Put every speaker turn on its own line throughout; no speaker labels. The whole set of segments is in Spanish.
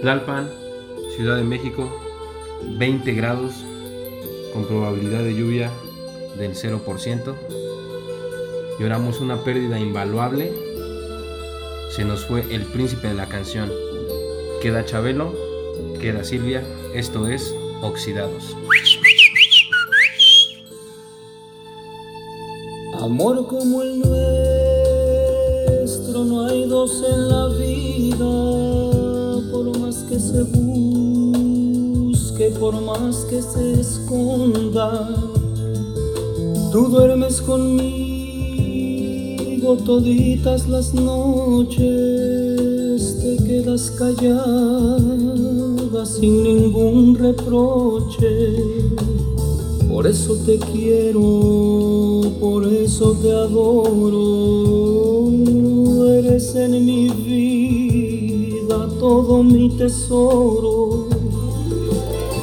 Tlalpan, Ciudad de México, 20 grados con probabilidad de lluvia del 0%. Lloramos una pérdida invaluable. Se nos fue el príncipe de la canción. Queda Chabelo, queda Silvia. Esto es Oxidados.
Amor como el nuestro no hay dos en la vida, por más que se busque, por más que se esconda. Tú duermes conmigo toditas las noches, te quedas callada sin ningún reproche. Por eso te quiero, por eso te adoro. Eres en mi vida todo mi tesoro.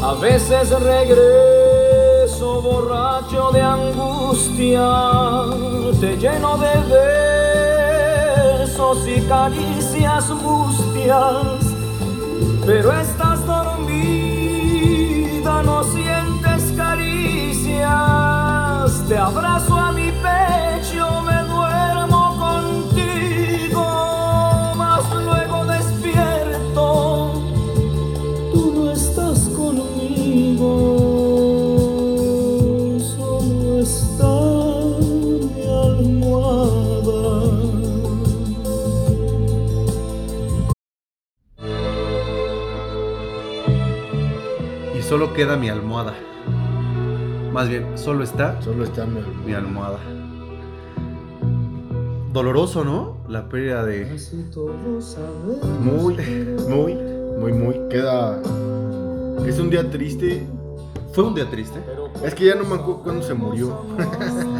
A veces regreso borracho de angustia, te lleno de besos y caricias mustias, pero estás dormida, no sientes caricias, te abrazo a mi pecho, me duermo contigo, mas luego despierto, tú no estás conmigo, solo está mi almohada.
Y solo queda mi almohada. Más bien, solo está
Solo está mi almohada.
mi almohada. Doloroso, ¿no? La pérdida de.
Casi todos sabemos
Muy,
que
muy, muy, muy. Queda. Es un día triste.
Fue un día triste.
Es que ya no me acuerdo cuándo se murió.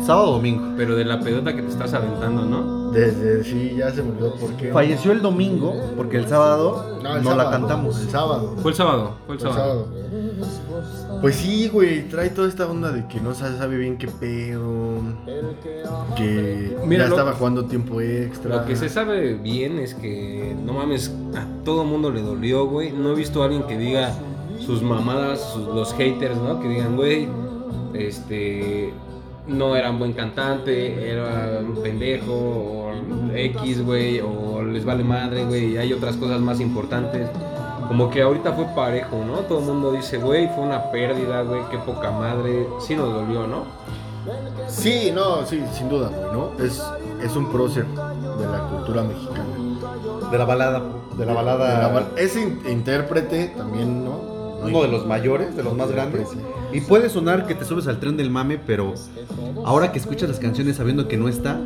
Sábado o domingo.
Pero de la pedota que te estás aventando, ¿no?
Desde sí, ya se me olvidó por qué.
Falleció el domingo porque el sábado no,
el
la
sábado,
cantamos.
El sábado.
Fue el sábado, fue el
El
sábado.
sábado. Pues sí, güey, trae toda esta onda de que no se sabe bien qué pedo. Que
Mira,
ya
lo-
estaba jugando tiempo extra.
Lo que se sabe bien es que, no mames, a todo mundo le dolió, güey. No he visto a alguien que diga sus mamadas, sus- los haters, ¿no? Que digan, güey, este, no era un buen cantante, era un pendejo, o X, güey, o les vale madre, güey, y hay otras cosas más importantes. Como que ahorita fue parejo, ¿no? Todo el mundo dice, güey, fue una pérdida, güey, qué poca madre. Sí nos dolió, ¿no?
Sí, no, sí, sin duda, güey, ¿no? Es, es un prócer de la cultura mexicana.
De la balada.
De la balada. ese in- intérprete también, ¿no?
Uno de los mayores, de los más grandes.
Intérprete.
Y puede sonar que te subes al tren del mame, pero ahora que escuchas las canciones sabiendo que no está,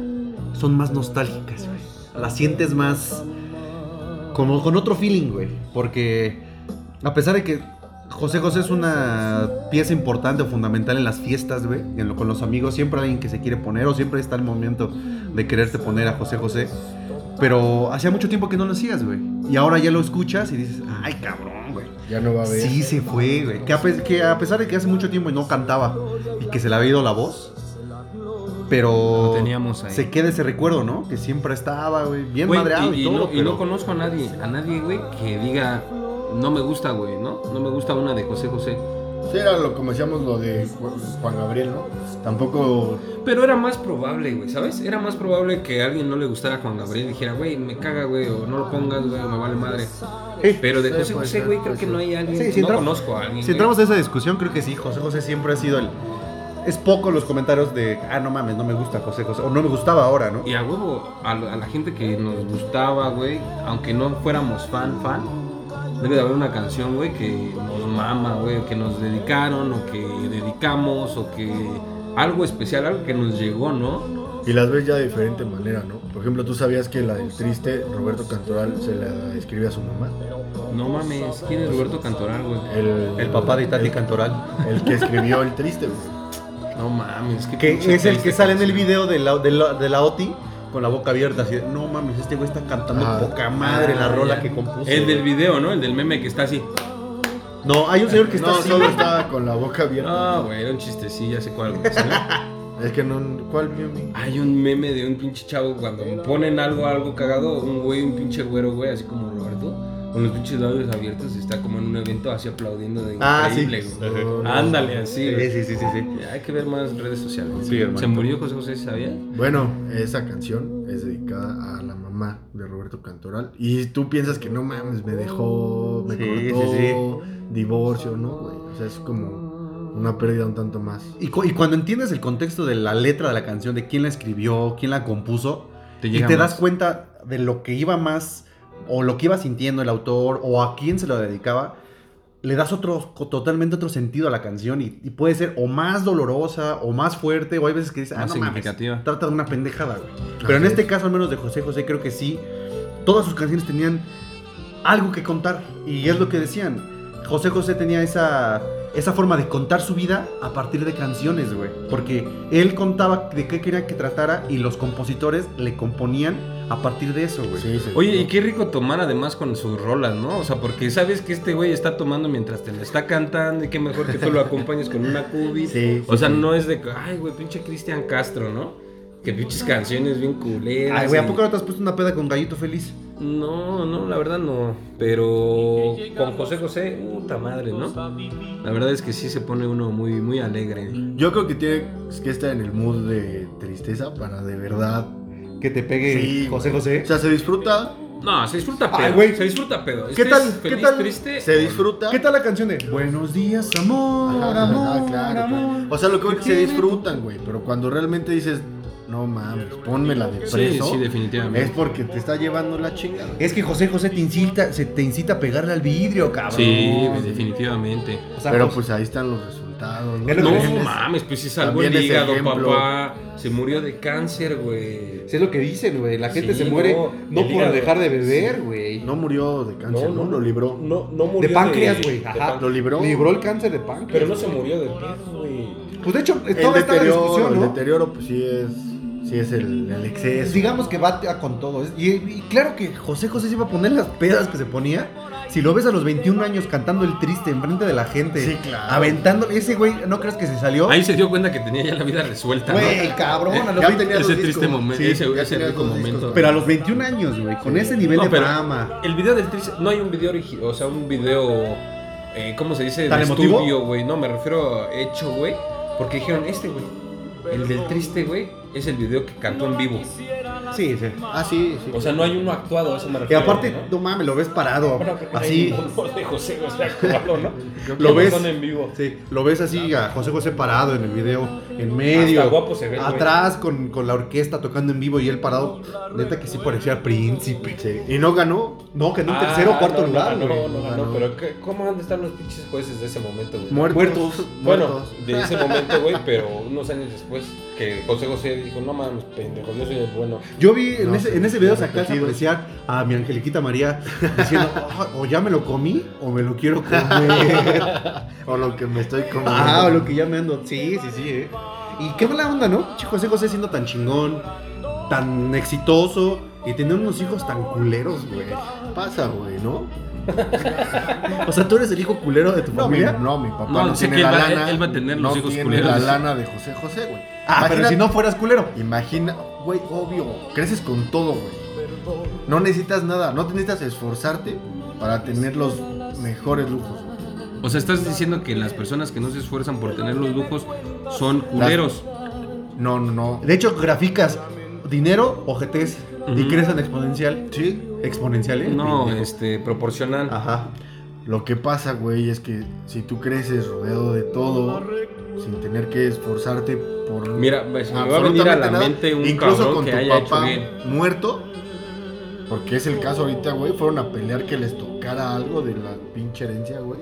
son más nostálgicas, güey. Las sientes más. Como con otro feeling, güey. Porque a pesar de que José José es una pieza importante o fundamental en las fiestas, güey, en lo- con los amigos, siempre hay alguien que se quiere poner o siempre está el momento de quererte poner a José José. Pero hacía mucho tiempo que no lo hacías, güey. Y ahora ya lo escuchas y dices, ay, cabrón, güey.
Ya no va a haber.
Sí, se fue, güey. Que a, pe- que a pesar de que hace mucho tiempo no cantaba y que se le había ido la voz, pero
Lo teníamos ahí.
se queda ese recuerdo, ¿no? Que siempre estaba, güey, bien
Güey,
madreado y,
y, y
todo.
no, y no
pero-
conozco a nadie, a nadie, güey, que diga, no me gusta, güey, ¿no? No me gusta una de José José.
Sí, era lo, como decíamos lo de Ju- Juan Gabriel, ¿no? Tampoco.
Pero era más probable, güey, ¿sabes? Era más probable que a alguien no le gustara Juan Gabriel y dijera, güey, me caga, güey, o no lo pongas, güey, me vale madre.
Sí.
Pero de
Sí,
José
puede
José,
ser,
güey, creo
puede
que
ser.
no hay alguien,
Sí, si
no
entramos-
conozco a alguien.
Si
güey.
entramos a esa discusión, creo que sí, José José siempre ha sido el. Es poco los comentarios de, ah, no mames, no me gusta José José, o no me gustaba ahora, ¿no?
Y a huevo, a, lo- a la gente que nos gustaba, güey, aunque no fuéramos fan, fan, debe de haber una canción, güey, que nos mama, güey, que nos dedicaron o que dedicamos o que algo especial, algo que nos llegó, ¿no?
Y las ves ya de diferente manera, ¿no? Por ejemplo, tú sabías que la del triste, Roberto Cantoral, se la escribe a su mamá.
No mames, ¿quién es Roberto Cantoral, güey?
El,
El papá de Tati
el-
Cantoral.
El que escribió el triste, güey.
No mames, qué
Que
pinche
es el
triste
que sale en el
canción.
video de la, de la, de la OTI con la boca abierta, así de, no mames, este güey está cantando
Ah,
poca madre la
Ah,
rola
ya.
que compuso.
El del
güey".
video, ¿no? El del meme que está así.
No, hay un señor que está
no,
así,
solo
güey.
estaba con la boca abierta.
Ah, güey, era un chistecillo, ya sé cuál, güey. ¿sí, no?
Es que no. ¿Cuál vio mi?
Hay un meme de un pinche chavo cuando ponen algo, algo cagado, un güey, un pinche güero, güey, así como Roberto. con los pinches labios abiertos, está como en un evento así aplaudiendo de
Ah, sí.
increíble, güey.
Ajá.
Ándale, así,
Sí,
güey.
sí, sí, sí, sí.
Hay que ver más redes sociales.
Sí, hermano.
Se murió José José, ¿sabía?
Bueno, esa canción es dedicada a la mamá de Roberto Cantoral. Y tú piensas que no mames, me dejó, me
Sí,
cortó,
sí,
divorcio, ¿no, güey? O sea, es como una pérdida un tanto más.
Y, cu- y cuando entiendes el contexto de la letra de la canción, de quién la escribió, quién la compuso,
Te
y
llega
te
más.
das cuenta de lo que iba más, o lo que iba sintiendo el autor, o a quién se lo dedicaba, le das otro, co- totalmente otro sentido a la canción y, y puede ser o más dolorosa, o más fuerte, o hay veces que dices, ah,
Más
no mames,
significativa.
trata de una pendejada, güey.
Así
Pero en este
es.
caso, al menos de José José, creo que sí, todas sus canciones tenían algo que contar, y es lo que decían. José José tenía esa, esa forma de contar su vida a partir de canciones, güey. Porque él contaba de qué quería que tratara y los compositores le componían a partir de eso, güey.
Sí, sí.
Oye, y qué rico tomar además con sus rolas, ¿no? O sea, porque sabes que este güey está tomando mientras te lo está cantando y qué mejor que tú lo acompañes con una cubis.
Sí,
o
sí,
sea,
sí.
no es de, que, ay, güey, pinche Cristian Castro, ¿no? Que pinches canciones bien culeras.
Ay, güey, ¿a
y-
poco no te has puesto una peda con Gallito Feliz?
No, no, la verdad no. Pero con José José, puta madre, ¿no? La verdad es que sí se pone uno muy, muy alegre.
Yo creo que tienes que estar en el mood de tristeza para de verdad.
Que te pegue
Sí,
José
güey.
José.
O sea, se disfruta.
No, se disfruta pedo.
Ay, güey.
se disfruta pedo.
¿Qué
Estés
tal- qué
Feliz,
tal
triste.
Se disfruta.
¿Qué tal la canción de Buenos días, amor,
Ajá, ajá,
amor,
claro, claro.
amor?
O sea, lo que veo que se
tiene-
disfrutan, güey. Pero cuando realmente dices, no mames, ponme la de
Sí,
preso.
sí,
es
definitivamente.
porque te está llevando la chingada.
Es que José José te incita, se te incita a pegarle al vidrio, cabrón.
Sí, güey, definitivamente.
O sea,
Pero
José-
pues ahí están los resultados.
Es lo
No
que dices.
mames, pues sí salvó
También
el
ese
hígado,
ejemplo.
papá. Se murió de cáncer, güey.
Sí, es lo que dicen, güey. La gente
Sí,
se muere
no,
no
el
por
hígado.
dejar de beber, güey.
No murió de cáncer, ¿no? Lo libró.
No, no murió
de páncreas,
de-
güey.
de
Ajá.
pan-
Lo libró.
Libró el cáncer de páncreas.
Pero no se murió de pedo, güey.
Pues de hecho,
El
toda esta
deterioro,
discusión,
el
¿no?
deterioro, pues sí es, sí es el, el
Pues
exceso.
digamos que va a- con todo. Es- Y, y claro que José José se iba a poner las pedas que se ponía. Si lo ves a los 21 años cantando el triste enfrente de la gente,
Sí, claro.
aventando, ese güey, ¿no crees que se salió?
Ahí se dio cuenta que tenía ya la vida resuelta, ¿no?
Güey, cabrón, a los
Eh, Ya
20
tenía
ese
dos
triste
discos.
momen-
Sí,
ese-
ya
ese
tenía
rico
dos discos.
momento.
Pero a los 21 años, güey, con ese nivel
No,
de
pero
fama.
El video del triste, no hay un video original, o sea, un video, eh, ¿cómo se dice?
¿Tan
de
emotivo?
estudio, güey. No, me refiero a hecho, güey. Porque dijeron, este, güey, el del triste, güey, es el video que cantó en vivo.
Sí, sí.
Ah, sí, sí.
O sea, no hay uno actuado, a eso me
Que
refiero.
aparte,
¿no?
no mames, lo ves parado.
Bueno, creo que no hay
Así.
ninguno de José, o sea, actuado, ¿no? Creo que
Lo
no
ves.
son en vivo.
Sí, lo ves así a José José parado en el video, en medio,
Hasta guapo se ve, güey.
atrás con, con la orquesta tocando en vivo y él parado. Neta que sí parecía príncipe.
Sí. Y no ganó.
No, que en un
Ah,
tercero o cuarto
no,
lugar.
No,
güey. Ah,
no, no, no, pero ¿qué- ¿cómo han de estar los pinches jueces de ese momento, güey?
Muertos.
Muertos.
Bueno,
muertos.
de ese momento, güey, pero unos años después que José José dijo, no mames, pendejo, yo soy el bueno.
Yo vi en,
No,
ese,
sí,
en ese video
repetido.
sacarse a apreciar a mi angeliquita María diciendo, "Oh, o ya me lo comí o me lo quiero comer.
O lo que me estoy comiendo.
ah, o lo que ya me ando. Sí, sí, sí, eh. Y qué mala onda, ¿no? Che, José José siendo tan chingón, tan exitoso y tener unos hijos tan culeros, güey.
pasa, güey, ¿no?
O sea, tú eres el hijo culero de tu
No, mi,
familia.
no, mi papá
No,
no,
sé
tiene
que
la
él va-
lana.
él va a tener los
no
hijos
tiene
culeros.
la lana de José José, güey.
Ah, pero si no fueras culero.
Imagina, güey, obvio, creces con todo, güey. No necesitas nada, no te necesitas esforzarte para tener los mejores lujos. güey.
O sea, estás diciendo que las personas que no se esfuerzan por tener los lujos son culeros.
No, no, no.
De hecho, graficas dinero, ojetes y
Ujú.
crecen exponencial.
Sí,
Exponencial, ¿eh?
No,
Pendejo.
este, proporcional.
Ajá.
Lo que pasa, güey, es que si tú creces rodeado de todo, sin tener que esforzarte por.
Mira, pues, me va a venir a la
Ah, absolutamente nada,
mente un
incluso
cabrón
con
que
tu
haya hecho
papá
bien.
muerto, porque es el caso ahorita, güey, fueron a pelear que les tocara algo de la pinche herencia, güey.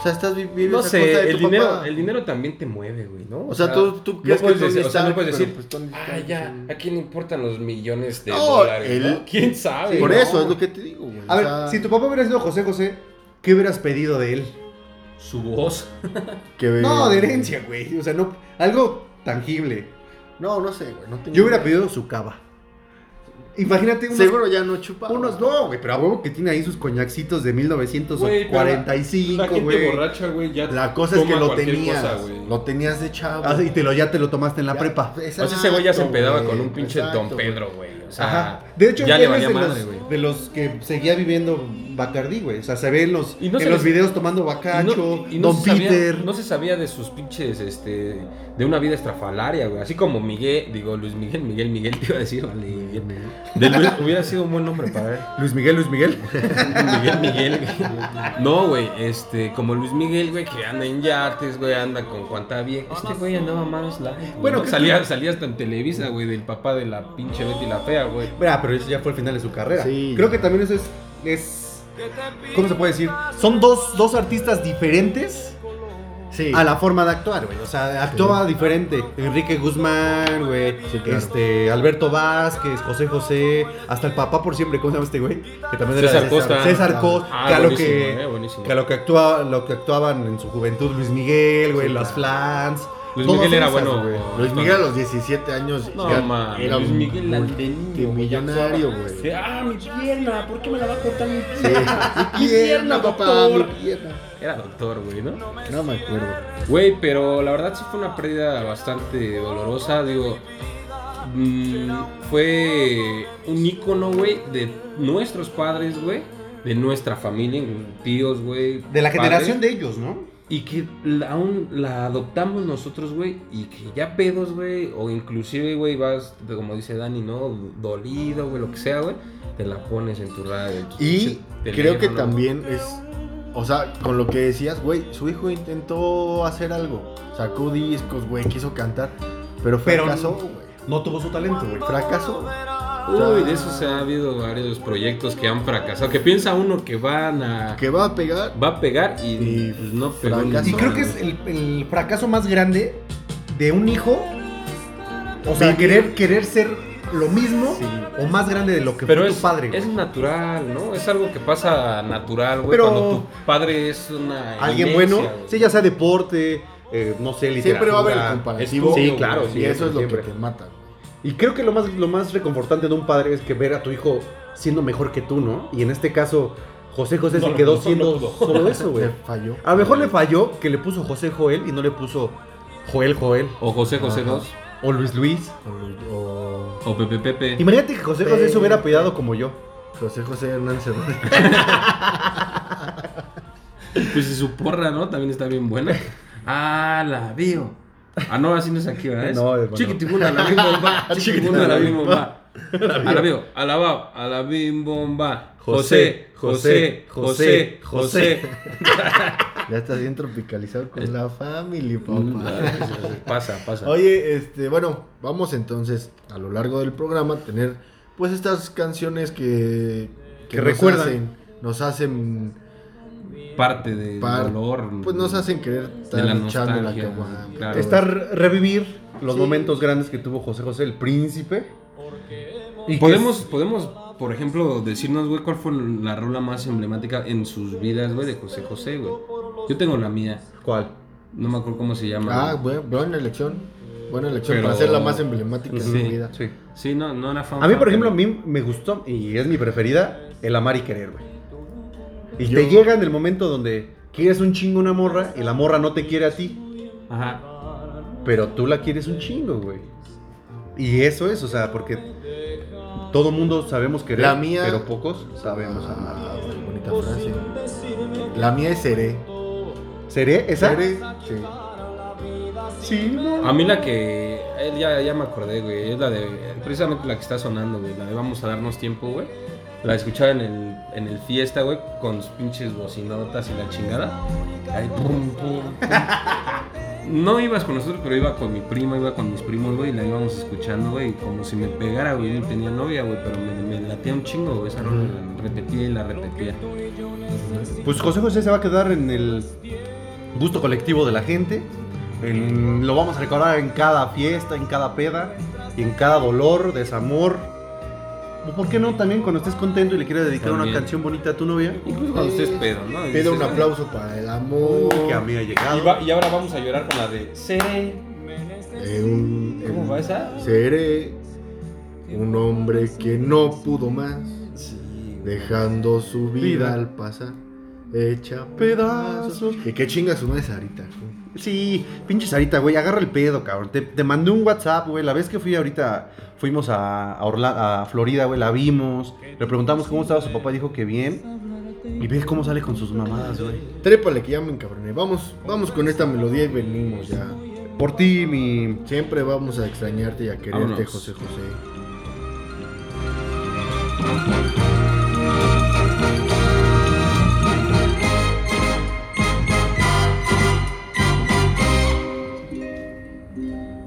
O sea, estás vi- viviendo
No
esa cosa de
sé, el
tu
dinero,
papá.
el dinero también te mueve, güey, ¿no?
O sea, tú, tú
no
crees
puedes
que Tony
decir- o sea, no
Stark,
puedes
pero,
decir,
pues, Tony
ah,
Stark,
ya,
sí.
¿a quién le importan los millones de
No,
dólares?
el-
no? ¿Quién sabe?
Por
no?
eso es lo que te digo, güey.
A
O
ver,
sea,
si tu papá hubiera sido José José, ¿qué hubieras pedido de él?
Su voz.
que ve-
No, de herencia, güey. O sea, no, algo tangible.
No, no sé, güey. No tengo
Yo hubiera
idea.
pedido su cava. Imagínate unos,
Seguro ya no chupa.
unos no, güey, pero a huevo que tiene ahí sus coñacitos de
Güey, pero la-
1945,
La gente
güey.
borracha, güey, ya
La cosa es que
toma
lo
cualquier
tenías.
cosa, güey.
Lo tenías de chavo.
Ah, y te lo, ya te lo tomaste en la
Ya,
prepa.
O sea, ese güey ya se
exacto,
empedaba
güey,
con un pinche
exacto,
Don
güey.
Pedro, güey. O sea,
Ajá. De hecho,
ya
él
le
es
valía
de
madre,
los-
güey.
De los que seguía viviendo Bacardí, güey. O sea, se ve en los,
Y no
en
se
los
les-
videos tomando
Y no-
bacacho,
y no
Don
se sabía-
Peter.
no se sabía de sus pinches, este, de una vida estrafalaria, güey. Así como Miguel, digo, Luis Miguel, Miguel, Miguel, te iba a decir, vale, Miguel, Miguel. Del- hubiera sido un buen nombre para él.
Luis Miguel, Luis Miguel.
Miguel, Miguel, güey. No, güey, este, como Luis Miguel, güey, que anda en yates, güey, anda con cuanta vieja. Este güey andaba más la.
Bueno,
Bueno,
creo
salía, salía hasta en Televisa, güey, del papá de la pinche Betty la Fea, güey.
Mira, pero eso ya fue el final de su carrera.
Sí.
Creo que también eso es. es- ¿Cómo se puede decir? Son dos, dos artistas diferentes
Sí.
a la forma de actuar, güey. O sea, actuaba diferente. Enrique Guzmán, güey.
Sí, claro.
Este, Alberto Vázquez, José José. Hasta el papá por siempre. ¿Cómo se llama este güey? Que también
César
de-
Costa.
César Costa.
Ah,
que a lo
buenísimo,
que.
eh, buenísimo.
que a lo que, actua- lo que actuaban en su juventud Luis Miguel, güey, las flans.
Luis
todas
Miguel era
esas,
bueno,
güey.
Luis Miguel a los 17 años
No,
ya
mames,
era
Luis
un
Miguel la
multimillonario, güey.
Sí, Ah, mi pierna, ¿por qué me la va a cortar mi
Sí.
pierna?
Mi pierna, papá, mi pierna.
Era doctor, güey, ¿no?
No me acuerdo.
Güey, pero la verdad sí fue una pérdida bastante dolorosa, digo. mm, fue un ícono, güey, de nuestros padres, güey, de nuestra familia, tíos, güey.
De la
padres,
generación de ellos, ¿no?
Y que la- aún la adoptamos nosotros, güey, y que ya pedos, güey, o inclusive, güey, vas, de- como dice Dani, ¿no? Dolido, güey, lo que sea, güey, te la pones en tu radio. en tu
Y
pinche
creo que
teléfono,
también es. O sea, con lo que decías, güey, su hijo intentó hacer algo. Sacó discos, güey, quiso cantar. Pero
Pero-
fracasó, güey.
No tuvo su talento, güey.
Fracasó.
Uy, de eso se ha habido varios proyectos que han fracasado. Que piensa uno que van a.
Que va a pegar.
va a pegar y,
Y
pues, no pegó.
fracasó.
ni
Y creo
madre.
que es el, el fracaso más grande de un hijo. O sea, querer, querer ser lo mismo
Sí.
o más grande de lo que
Pero
fue
es,
tu padre.
es
güey.
natural, ¿no? Es algo que pasa natural, güey.
Pero-
Cuando tu padre es una.
Alguien
eminencia,
bueno,
güey.
sí, ya sea deporte, eh, no sé, literatura.
Siempre va a haber el comparativo.
estudio,
güey,
sí, claro, sí,
Y eso es lo
siempre.
que te mata.
Y creo que lo más, lo más reconfortante de un padre es que ver a tu hijo siendo mejor que tú, ¿no? Y en este caso, José José
No,
se
no,
quedó
no,
siendo
no pudo.
solo eso, güey.
Le falló.
A lo mejor le falló que le puso José Joel y no le puso Joel Joel
O José José
Ajá.
2.
o Luis Luis.
O, o
O Pepe Pepe.
Imagínate que José José se hubiera apoyado como yo.
José José Hernández Hernández.
Pues y su porra, ¿no? También está bien buena. Ah, la veo. Ah, no, así no es aquí, ¿verdad?
No, hermano.
Chiquitibuna, la bim bomba. Chiquitibuna, la bim bomba. A la veo, a la vao, a la bim bomba. José, José, José, José.
Ya estás bien tropicalizado con la familia,
Mm,
papá.
Pasa, pasa.
Oye, este, bueno, vamos entonces a lo largo del programa a tener pues estas canciones que,
Que recuerdan.
hacen, nos hacen
Parte del
par-
dolor.
pues nos hacen querer estar
la
echando la
nostalgia,
caguama.
claro.
Estar
ah,
revivir los
Sí.
momentos grandes que tuvo José José, el príncipe. Y
Podemos, podemos, por ejemplo, decirnos, güey, cuál fue la rola más emblemática en sus vidas, güey, de José José, güey. Yo tengo la mía.
¿Cuál?
No me acuerdo cómo se llama.
Ah, bu- buena elección. Buena elección
Pero-
para ser la más emblemática
Sí.
de mi vida.
Sí.
Sí, no, no era fan.
A mí,
fan,
por ejemplo, a
pero-
mí me gustó y es mi preferida, el amar y querer, güey. Y
Yo-
te llega en el momento donde quieres un chingo una morra y la morra no te quiere a ti,
Ajá.
pero tú la quieres un chingo, güey. Y eso es, o sea, porque todo mundo sabemos querer,
La mía-
pero pocos sabemos amar.
Ah, bonita frase. La mía es Seré.
¿Seré esa?
Seré, sí.
Sí, no.
A mí la que. eh, Ya, ya me acordé, güey. Es la de. Precisamente la que está sonando, güey. La de Vamos a darnos tiempo, güey. La escuchaba en el, en el fiesta, güey, con sus pinches bocinotas y la chingada. Ahí, pum, pum, pum. No ibas con nosotros, pero iba con mi prima, iba con mis primos, güey, y la íbamos escuchando, güey, y como si me pegara, güey. Yo no tenía novia, güey, pero me, me latía un chingo, güey. Esa rola la repetía y la repetía.
Pues José José se va a quedar en el gusto colectivo de la gente. en- lo vamos a recordar en cada fiesta, en cada peda, y en cada dolor, desamor. O ¿Por qué no también cuando estés contento y le quieres dedicar una
También.
canción bonita a tu novia?
Incluso cuando estés pedo, ¿no? Y dices,
Pido un aplauso para el amor.
Que a mí ha
Oh. Y,
llegado.
va- y ahora vamos a llorar con la de Seré.
Eh, un-
¿Cómo
eh,
va esa?
Seré un hombre que no pudo más,
Sí, güey.
dejando su vida al pasar. Hecha pedazos. Que qué chinga su madre Sarita. güey.
Sí, pinche Sarita, güey, agarra el pedo, cabrón. Te, te mandé un WhatsApp, güey. La vez que fui ahorita, fuimos a, a, Orla- a Florida, güey, la vimos. Le preguntamos cómo estaba su papá, dijo que bien. Y ves cómo sale con sus mamadas, güey.
Trépale que ya me encabroné. Vamos, vamos con esta melodía y venimos ya.
Por ti, mi.
Siempre vamos a extrañarte y a quererte,
Vámonos.
José José.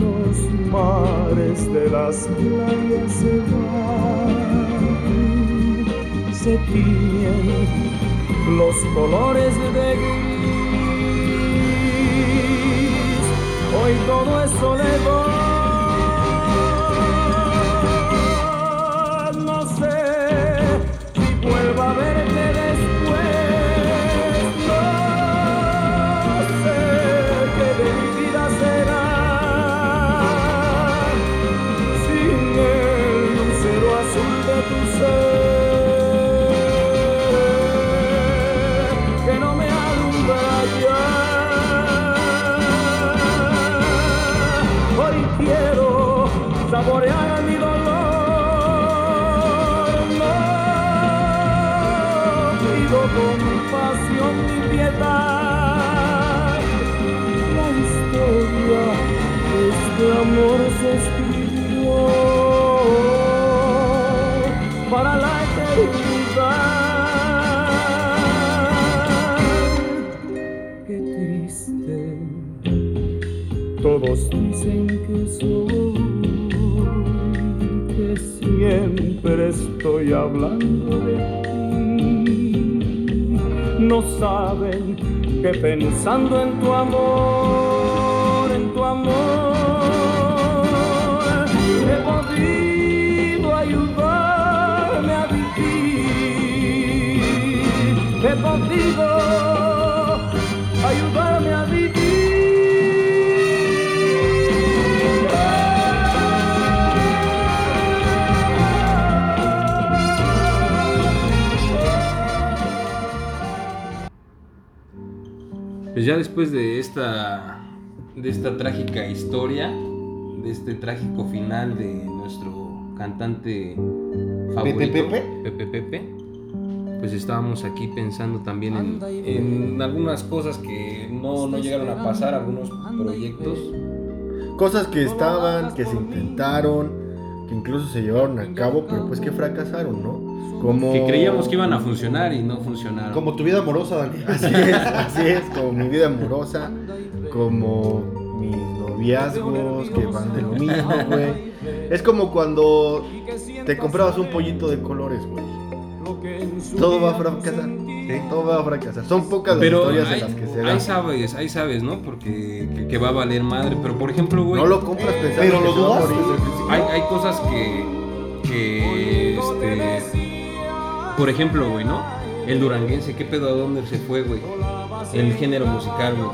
los mares de las playas se van, se tiñen los colores de gris. Hoy todo es soledad, no sé si vuelva a verte después. No sé qué de mi vida será sin el lucero azul de tu ser que no me alumbra ya. Hoy quiero saborear mi dolor. No pido compasión ni piedad. La historia de este amor se escribió para la eternidad. Qué triste, todos dicen que soy, que siempre estoy hablando de ti. No saben que pensando en tu amor, en tu amor, he podido ayudarme a vivir, he podido ayudarme a vivir.
Pues ya después de esta, de esta trágica historia, de este trágico final de nuestro cantante favorito,
Pepe.
Pepe Pepe, pues estábamos aquí pensando también en, en algunas cosas que no, no llegaron a pasar, algunos proyectos.
Cosas que estaban, que se intentaron, que incluso se llevaron a cabo, pero pues que fracasaron, ¿no? Como...
Que creíamos que iban a funcionar y no funcionaron.
Como tu vida amorosa, Dani.
Así es, así es, como mi vida amorosa, como mis noviazgos que van de lo mismo, güey. Es como cuando te comprabas un pollito de colores, güey. Todo va a fracasar, ¿sí? todo va a fracasar. Son pocas las
Pero
historias
ahí,
en las que se
ahí
da.
sabes, ahí sabes, ¿no? Porque que, que va a valer madre. Pero por ejemplo, güey,
No lo compras pensando
Pero
que
lo
se va a
dudaste
morir.
desde el principio.
hay, hay cosas que, que, este, por ejemplo, güey, ¿no? El duranguense, ¿qué pedo a dónde se fue, güey? El género musical, güey.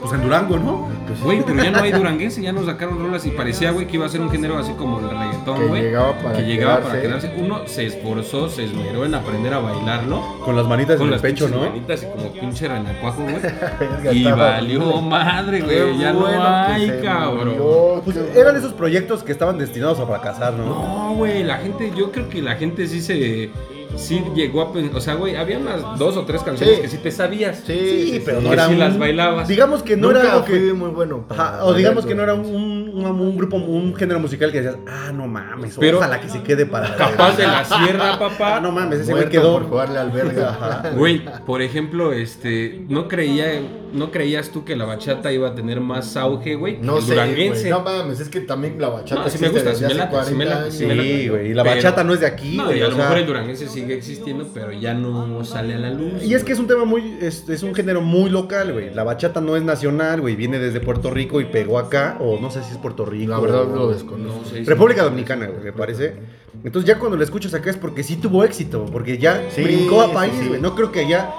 Pues en Durango, ¿no?
Pues sí,
Güey, pero ya no hay duranguense, ya nos sacaron rolas y parecía, güey, que iba a ser un género así como el reggaetón,
que
güey.
llegaba para
Que llegaba para
quedarse.
quedarse. Uno se esforzó, se esmeró en aprender a bailarlo.
Con las manitas
Con
en
las
el pecho,
pinches
¿no?
manitas y como pinche renacuajo, güey.
Verga,
Y
estaba- pues,
valió madre, güey.
Qué
Ya no
bueno que
hay,
se
cabrón.
murió,
Pues
qué
eran
bueno.
esos proyectos que estaban destinados a fracasar, ¿no?
No, güey. La gente, yo creo que la gente sí se. Sí llegó a. pen- O sea, güey, había unas dos o tres canciones
Sí.
que sí te sabías.
Sí,
Sí, pero
que
no era
sí
un-
las bailabas.
Digamos que no
Nunca
era algo
fui
que.
muy bueno. para
Ajá, o digamos que no
bailar,
era
güey.
un, un- un, un grupo, un género musical que decías, ah, no mames,
Pero-
ojalá que se quede para.
Capaz de la sierra,
Ah,
papá.
no mames, ese güey
Muerto
quedó.
por jugarle al verga.
Güey, por ejemplo, este, no creía, no creías tú que la bachata iba a tener más auge, güey. que
No
el
sé,
duranguense.
güey. No mames, es que también la bachata
No, sí me
existe
gusta,
desde
sí me
hace
late, sí me
40
late, sí me
años.
late.
Sí, güey, y la
Pero-
bachata no es de aquí,
No,
güey,
y a
o
lo
sea-
mejor el duranguense sigue existiendo, pero ya no sale a la luz.
Y es que es un tema muy, es, es un género muy local, güey. La bachata no es nacional, güey. Viene desde Puerto Rico y pegó acá, o no sé si es Puerto Rico.
La verdad
o-
lo desconozco.
No sé si-
República Dominicana, güey, me parece. Entonces ya cuando lo escuchas acá es porque sí tuvo éxito, porque ya
Sí,
brincó a
sí,
país,
sí.
güey. No creo que allá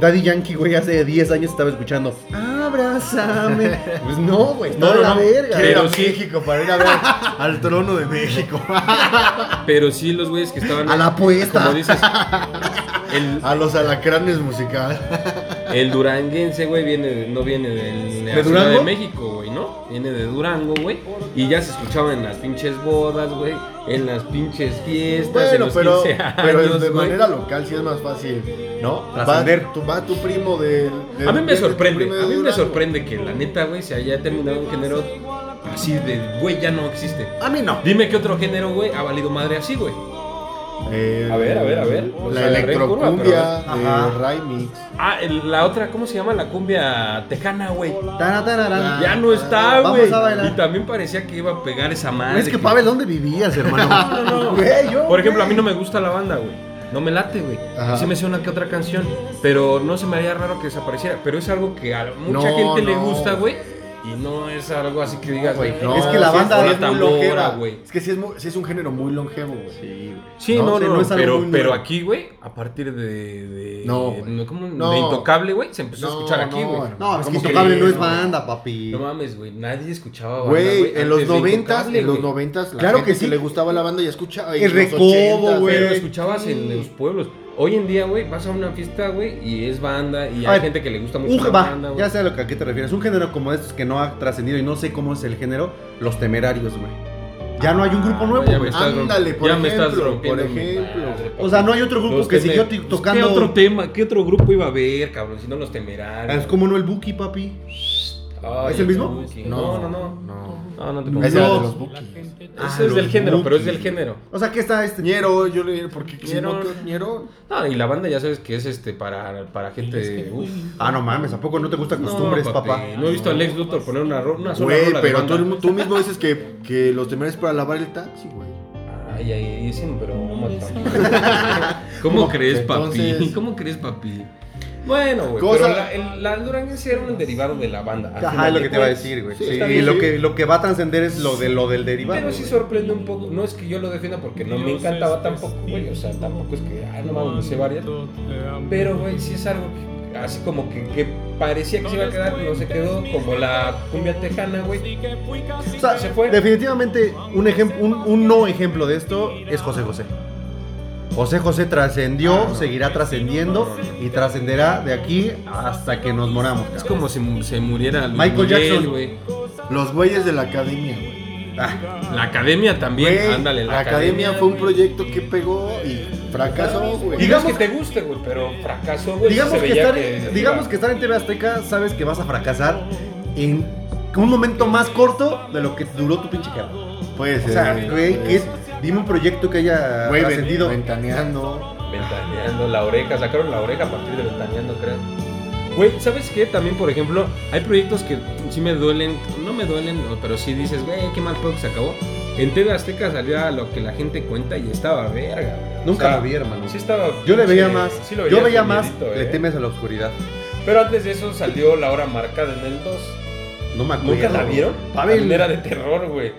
Daddy Yankee, güey, hace 10 años estaba escuchando Abrázame. Pues no, güey, no,
No, no,
la
no.
verga.
Quiero ir a
Pero sí.
México para ir a ver al trono de México.
Pero sí, los güeyes que estaban.
A la puesta.
Como dices. El,
A los alacranes musical.
el duranguense, güey, viene de- no viene del- de, la Ciudad
¿De Durango?
de México, güey, ¿no? Viene de Durango, güey. Y ya se escuchaba en las pinches bodas, güey. En las pinches fiestas, en
Bueno,
los
pero,
15 años,
pero de
güey.
manera local sí es más fácil, ¿no?
Trascender.
Va tu, va tu primo del. del-
A mí me
del-
sorprende,
tu primo de
a mí me
Durango.
sorprende que la neta, güey, se haya terminado un género así de, güey, ya no existe.
A mí no.
Dime qué otro género, güey, ha valido madre así, güey.
Eh,
A ver, a ver, a ver. O sea,
La
agarré en curva,
electrocumbia eh,
pero- Ajá.
de Raimix.
Ah, el- la otra, ¿cómo se llama? La cumbia tejana, güey.
Tara, tara, tara.
Ya no
Ah,
está,
Vamos
güey.
a bailar.
Y Ah, también parecía que iba a pegar esa madre.
Es que Pavel, ¿dónde vivías, hermano?
No, no, no.
Güey, yo,
Por ejemplo, a mí
güey.
no me gusta la banda, güey. No me late, güey.
Ajá.
Sí me suena que otra canción, pero no se me haría raro que desapareciera. Pero es algo que a mucha
No,
gente le
no.
gusta, güey. Y no es algo así que digas, güey.
No,
Es que la
sí
banda
sí
es
es muy
tambora,
longeva,
güey.
Es que sí es, mu- sí es un género muy longevo, güey. Sí,
Sí,
No,
no, no,
sí,
no,
no es algo
pero,
muy
pero
nuevo.
aquí, güey, a partir de. de
No, güey.
no, ¿cómo?
No.
De Intocable, güey, se empezó a
No,
escuchar aquí,
no,
güey.
hermano.
No, es que
¿Cómo
Intocable
crees,
no es
no?
banda, papi.
No mames, güey, nadie escuchaba banda,
Güey, en
antes
los
de
noventas,
Intocable,
en los
güey.
noventas, la
Claro
gente
que sí.
le gustaba la banda y escuchaba.
El
y los
Recodo,
ochentas,
güey.
Pero lo
güey.
escuchabas en los pueblos. Hoy en día, güey, vas a una fiesta, güey, y es banda, y
A
hay
ver,
gente que le gusta mucho
Un,
la
va,
banda, güey.
ya sé a lo que a qué te refieres. Un género como estos que no ha trascendido y no sé cómo es el género, los temerarios, güey. Ya no hay un grupo
Ah,
nuevo,
ya me
güey.
estás romp-
Ándale, por
ya me estás
ejemplo,
rompiendo
por
mi
ejemplo.
madre,
O sea, no hay otro grupo
Los
que siguió
temer-
tocando-
¿Qué otro tema, qué otro grupo iba a haber, cabrón? Si no los temerarios.
Ah, Es como no el Buki, papi.
Ay,
¿es el mismo?
no, sí. No, no, no.
no.
No, no te Ah,
No.
pongas.
Ese era
No.
de los Bukis.
Ese es del género, pero es del género.
O sea, ¿qué está este?
Ñero, yo le porque si no,
Ñero.
¿qué? Ñero.
No, y la banda ya sabes que es este para, para gente. Uf.
Ah, no mames, ¿a poco no te gustan costumbres,
No, papi,
papá?
No he visto a Lex Luthor poner una, ro- una sola
Güey,
rola de
pero
banda.
tú, tú mismo dices que, que los temerarios para lavar el taxi, güey.
Ay, ay, ay, es en broma, papi. ¿Cómo crees, papi?
Entonces-
¿Cómo crees, papi? Bueno, güey,
Cosa-
pero la, el, la duranguense era un derivado de la banda. al
Ajá,
final
es lo
de
que te iba a
cuentas.
decir, güey.
Sí,
Sí,
está
y
bien,
lo
sí.
que, lo que va a trascender es lo, de, lo del derivado.
Pero sí
güey.
sorprende un poco. No es que yo lo defienda porque no me encantaba tampoco, güey. O sea, tampoco es que, ah, no mames, me sé varias. Pero, güey, sí es algo que- así como que, que parecía que se iba a quedar, no se quedó. Como la cumbia tejana, güey.
O sea,
se fue.
definitivamente un, ejem- un, un no ejemplo de esto es José José. José José trascendió, seguirá trascendiendo y trascenderá de aquí hasta que nos moramos.
Es
cabrón.
como si mu- se muriera Luis
Michael
Miguel,
Jackson.
güey.
Los güeyes de la academia, güey.
Ah,
La academia también,
Güey,
ándale,
la academia fue un proyecto que pegó y fracasó, güey.
Digamos
Digamos-
que te guste, güey, pero fracasó, güey.
digamos,
se
que
veía
estar,
que-
digamos que estar en TV Azteca sabes que vas a fracasar en un momento más corto de lo que duró tu pinche carrera.
Puede ser.
O sea, güey,
puede
¿qué es?
ser.
dime un proyecto que haya
Güey,
trascendido.
ventaneando.
Ventaneando la oreja, sacaron la oreja a partir de ventaneando, creo. Güey, ¿sabes qué? También, por ejemplo, hay proyectos que sí me duelen, no me duelen, no, pero sí dices, güey, qué mal juego que se acabó. En TV Azteca salía lo que la gente cuenta y estaba verga. güey.
Nunca
O sea,
lo vi, hermano.
Sí estaba.
Yo le veía
sí,
más.
sí lo
yo veía
con
más.
miedito,
Le
eh.
temes a la oscuridad.
Pero antes de eso salió la hora marcada en el 2.
No me acuerdo.
¿Nunca la vieron?
Ah, Pavel.
También Era de terror, güey.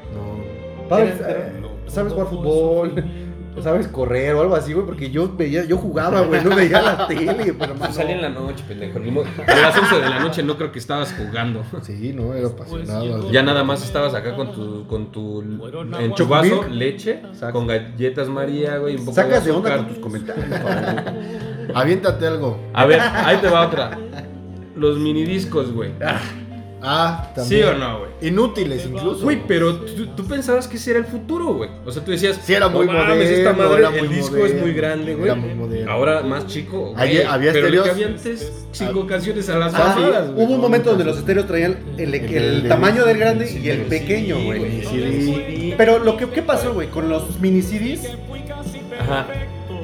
Padre,
Era- era-
eh, ¿sabes jugar fútbol? ¿Sabes correr o algo así, güey? Porque yo veía, yo jugaba, güey, no veía la tele, pero
Pues
más.
salí en la noche, pendejo. ni modo. A las 11 de la noche no creo que estabas jugando.
Sí, no, era apasionado.
Pues, Ya nada más estabas acá con tu, con tu enchufazo,
Milk.
leche,
Exacto.
con galletas María, güey, un poco
Sacas de onda
azúcar.
con tus comentarios, Pavel.
Aviéntate algo.
A ver, ahí te va otra. Los minidiscos, güey.
Ah,
¿Sí
también.
o no, güey?
Inútiles incluso.
Güey, pero tú, tú pensabas que ese era el futuro, güey. O sea, tú decías,
Sí, era
"No
muy
mames,
moderno,
esta madre,
era muy
el disco
moderno,
es muy grande, güey.
era muy moderno.
Ahora más chico. güey.
Ayer había
pero lo
estéreos-
que había antes cinco canciones a las
Ah, sí,
bajadas, güey.
Hubo un momento donde los estéreos traían el, el-
El-
el
el-
tamaño del grande
Sí,
y el
güey,
pequeño,
sí,
güey.
Sí, sí.
Pero lo que ¿qué pasó, güey, con los mini CDs
Ajá.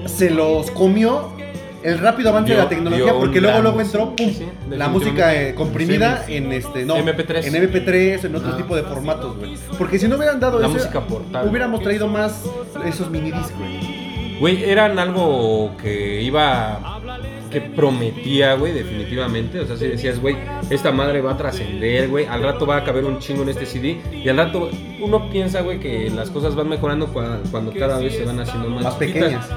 se los comió el rápido avance
Dio-
de la tecnología
dio
porque
un
luego
gran-
luego entró pum,
sí,
la música eh,
definitivamente.
comprimida en este no
MP3.
en MP3 en otro
Ah.
tipo de formatos, güey. Porque si no hubieran dado
La
eso,
música portátil.
hubiéramos traído más esos mini discos. güey.
Güey, eran algo que iba. que prometía, güey, definitivamente. O sea, si decías, güey, esta madre va a trascender, güey, al rato va a caber un chingo en este CD. Y al rato uno piensa, güey, que las cosas van mejorando cua- cuando cada vez se van haciendo más,
Más
chiquitas.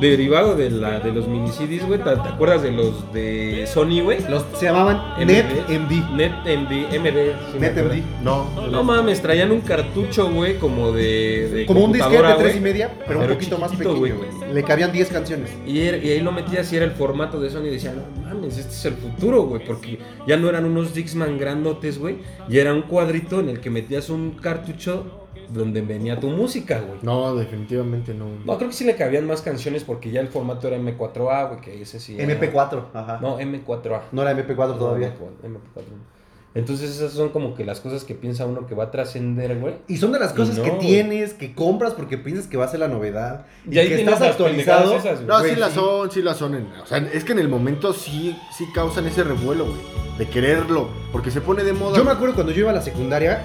Derivado de, la, de los mini CDs, güey, ¿te, te acuerdas de los de Sony, güey?
Los se llamaban NetMD.
NetMD, MD. sí me acuerdo.
NetMD.
No,
No mames, traían un cartucho, güey, como de. de
Como un disquete de
computadora,
tres y
güey.
media, pero, un
Pero
poquito más
chiquitito,
pequeño,
güey.
güey. Le cabían 10 canciones.
Y, er- y ahí lo metías y era el formato de Sony y decía, no mames, este es el futuro, güey, porque ya no eran unos Dixman grandotes, güey, y era un cuadrito en el que metías un cartucho donde venía tu música, güey.
no, definitivamente no.
No, creo que sí le cabían más canciones porque ya el formato era M4A, güey, que ese sí. era-
MP4, ajá. No,
No, M4A.
era MP4 todavía.
M4A. Entonces esas son como que las cosas que piensa uno que va a trascender, güey.
Y son de las
Y
cosas
no,
que
güey.
tienes, que compras porque piensas que va a ser la novedad.
Y ahí
que
tienes
estás
las
actualizado.
pendejadas esas,
No,
güey,
sí las
sí.
son, sí las son. en- o sea, es que en el momento sí, sí causan ese revuelo, güey. De quererlo. Porque se pone de moda.
Yo me acuerdo cuando yo iba a la secundaria,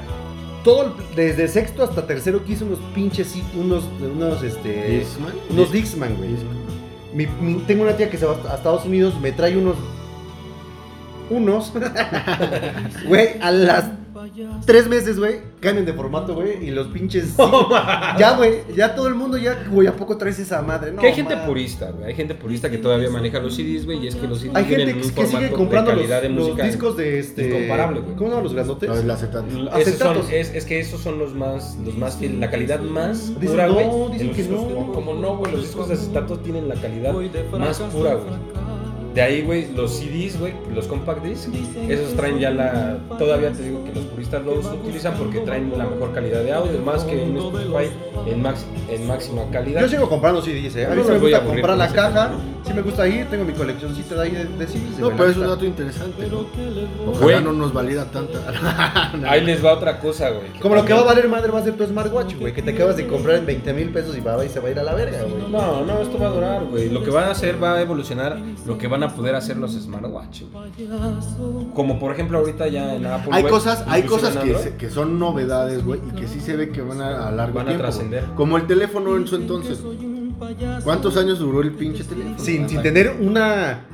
todo el- desde sexto hasta tercero que hice unos pinches sit- unos unos este
Discman.
unos Dixman, güey. Mi- mi- tengo una tía que se va a Estados Unidos, me trae unos unos güey, a las tres meses, güey, cambian de formato, güey, y los pinches ya, güey, ya todo el mundo ya, güey, a poco traes esa madre, no.
que hay gente
ma.
purista, güey. Hay gente purista que todavía maneja los CDs, güey, y es que los CDs
Hay
vienen
gente
en
que,
un
que sigue
formato
comprando
de
los,
calidad de
los
música
discos de este
incomparable, güey. Mm,
¿Cómo se llaman los grandotes?
No, es la acetato.
Esos son-
Acetatos.
es, es que esos son los más, los más fieles, la calidad más
Dicen
pura,
no,
güey.
dicen
En los
que
discos-
no.
Como no, güey, los discos de acetato tienen la calidad más pura, güey. De ahí, güey, los CDs, güey, los compact discs, esos traen ya la... Todavía te digo que los puristas los utilizan porque traen la mejor calidad de audio, más que un Spotify en, max- en máxima calidad.
Yo sigo comprando CDs, ¿eh? A
No
mí sí
me
me
voy a
gusta
aburrir
comprar
con
la
ese
caja.
tema,
Sí me gusta ir, tengo mi coleccioncita de ahí de, de CDs.
No,
güey,
pero
la
es un
neta.
dato interesante. ¿no? Ojalá
Güey.
no nos valida tanta.
Ahí les va otra cosa, güey.
Como lo que va a valer madre va a ser tu smartwatch, güey, que te acabas de comprar en 20 mil pesos y va y se va a ir a la verga, güey.
No, no, esto va a durar, güey. Lo que van a hacer va a evolucionar lo que van a poder hacer los smartwatch. güey. Como por ejemplo ahorita ya en Apple.
Hay
güey,
cosas, hay
inclusive
cosas
en
que,
Android,
se- que son novedades, güey, y que sí se ve que van a, a largo
Van a
tiempo,
trascender.
güey. Como el teléfono en su entonces. güey. ¿Cuántos años duró el pinche teléfono?
Sin, sin tener una,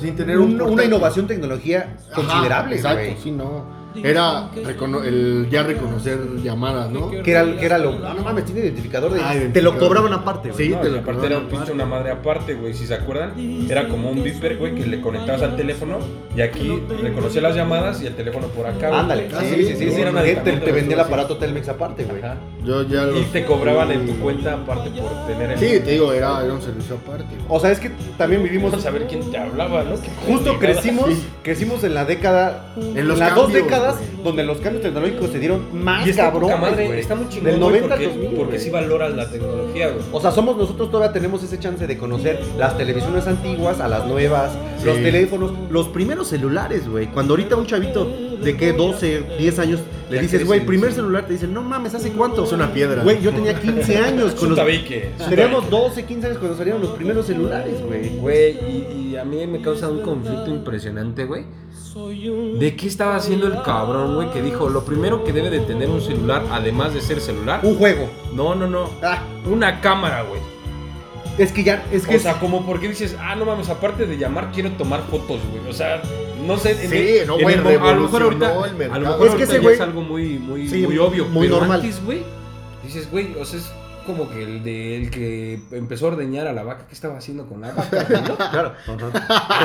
sin tener un
un- una
portátil.
innovación tecnología
Ajá,
considerable,
Exacto,
güey.
sí, no. Era recono- el ya reconocer llamadas, ¿no?
Que era, que era lo. ah, no mames, tiene identificador de.
Ah,
te
identificador.
lo cobraban aparte, güey.
Sí,
No,
te
y
lo
aparte era un
cobraban
pinche una madre aparte, güey. Si se acuerdan, era como un beeper, güey, que le conectabas al teléfono y aquí reconocía las llamadas y el teléfono por acá. güey.
Ándale,
Ah,
sí, sí, sí.
sí,
sí,
era un
te- te,
aditamento de
vendía el
estos,
aparato Telmex aparte, güey.
Ajá.
Yo ya
Y
los-
te cobraban en tu cuenta aparte por tener el.
Sí, te digo, era, era un servicio aparte. güey.
O sea, es que también vivimos.
Vamos a saber quién te hablaba, ¿no? Qué
Justo
pendejada.
crecimos, crecimos en la década, en,
En los
las dos
cambios,
décadas
güey.
donde los cambios tecnológicos se dieron más
Y Ah, está
cabrón.
poca madre,
güey.
está muy chingón,
Del
güey,
90
porque,
al 2000,
porque
güey.
sí valoras la tecnología, güey.
O sea, somos nosotros todavía tenemos ese chance de conocer las televisiones antiguas a las nuevas, los teléfonos, los primeros celulares, güey. Cuando ahorita un chavito de que 12, 10 años le
Ya
dices,
crecen,
güey, primer
sí.
celular, te dicen, no mames, ¿hace cuánto?
Es una piedra.
Güey, yo tenía 15 años
Es
con
un
los...
tabique. es un
Teníamos 12, 15 años cuando salieron los primeros celulares, güey.
Güey, y, y a mí me causa un conflicto impresionante, güey. ¿De qué estaba haciendo el cabrón, güey? Que dijo, lo primero que debe de tener un celular, además de ser celular...
Un juego.
No, no, no.
Ah,
Una cámara, güey.
es que ya, es que...
O sea, como porque dices, ah, no mames, aparte de llamar, quiero tomar fotos, güey. O sea, no sé. en
Sí,
el-
no,
en
güey,
el mo- a lo mejor
revolucionó
ahorita,
el mercado.
a lo mejor
Es que
ahorita
ese
ya
güey-
es algo muy, muy,
Sí,
muy obvio.
muy
pero
normal.
antes, güey, dices, güey, o sea, es como que el del que empezó a ordeñar a la vaca, ¿qué estaba haciendo con la vaca? güey?
Claro.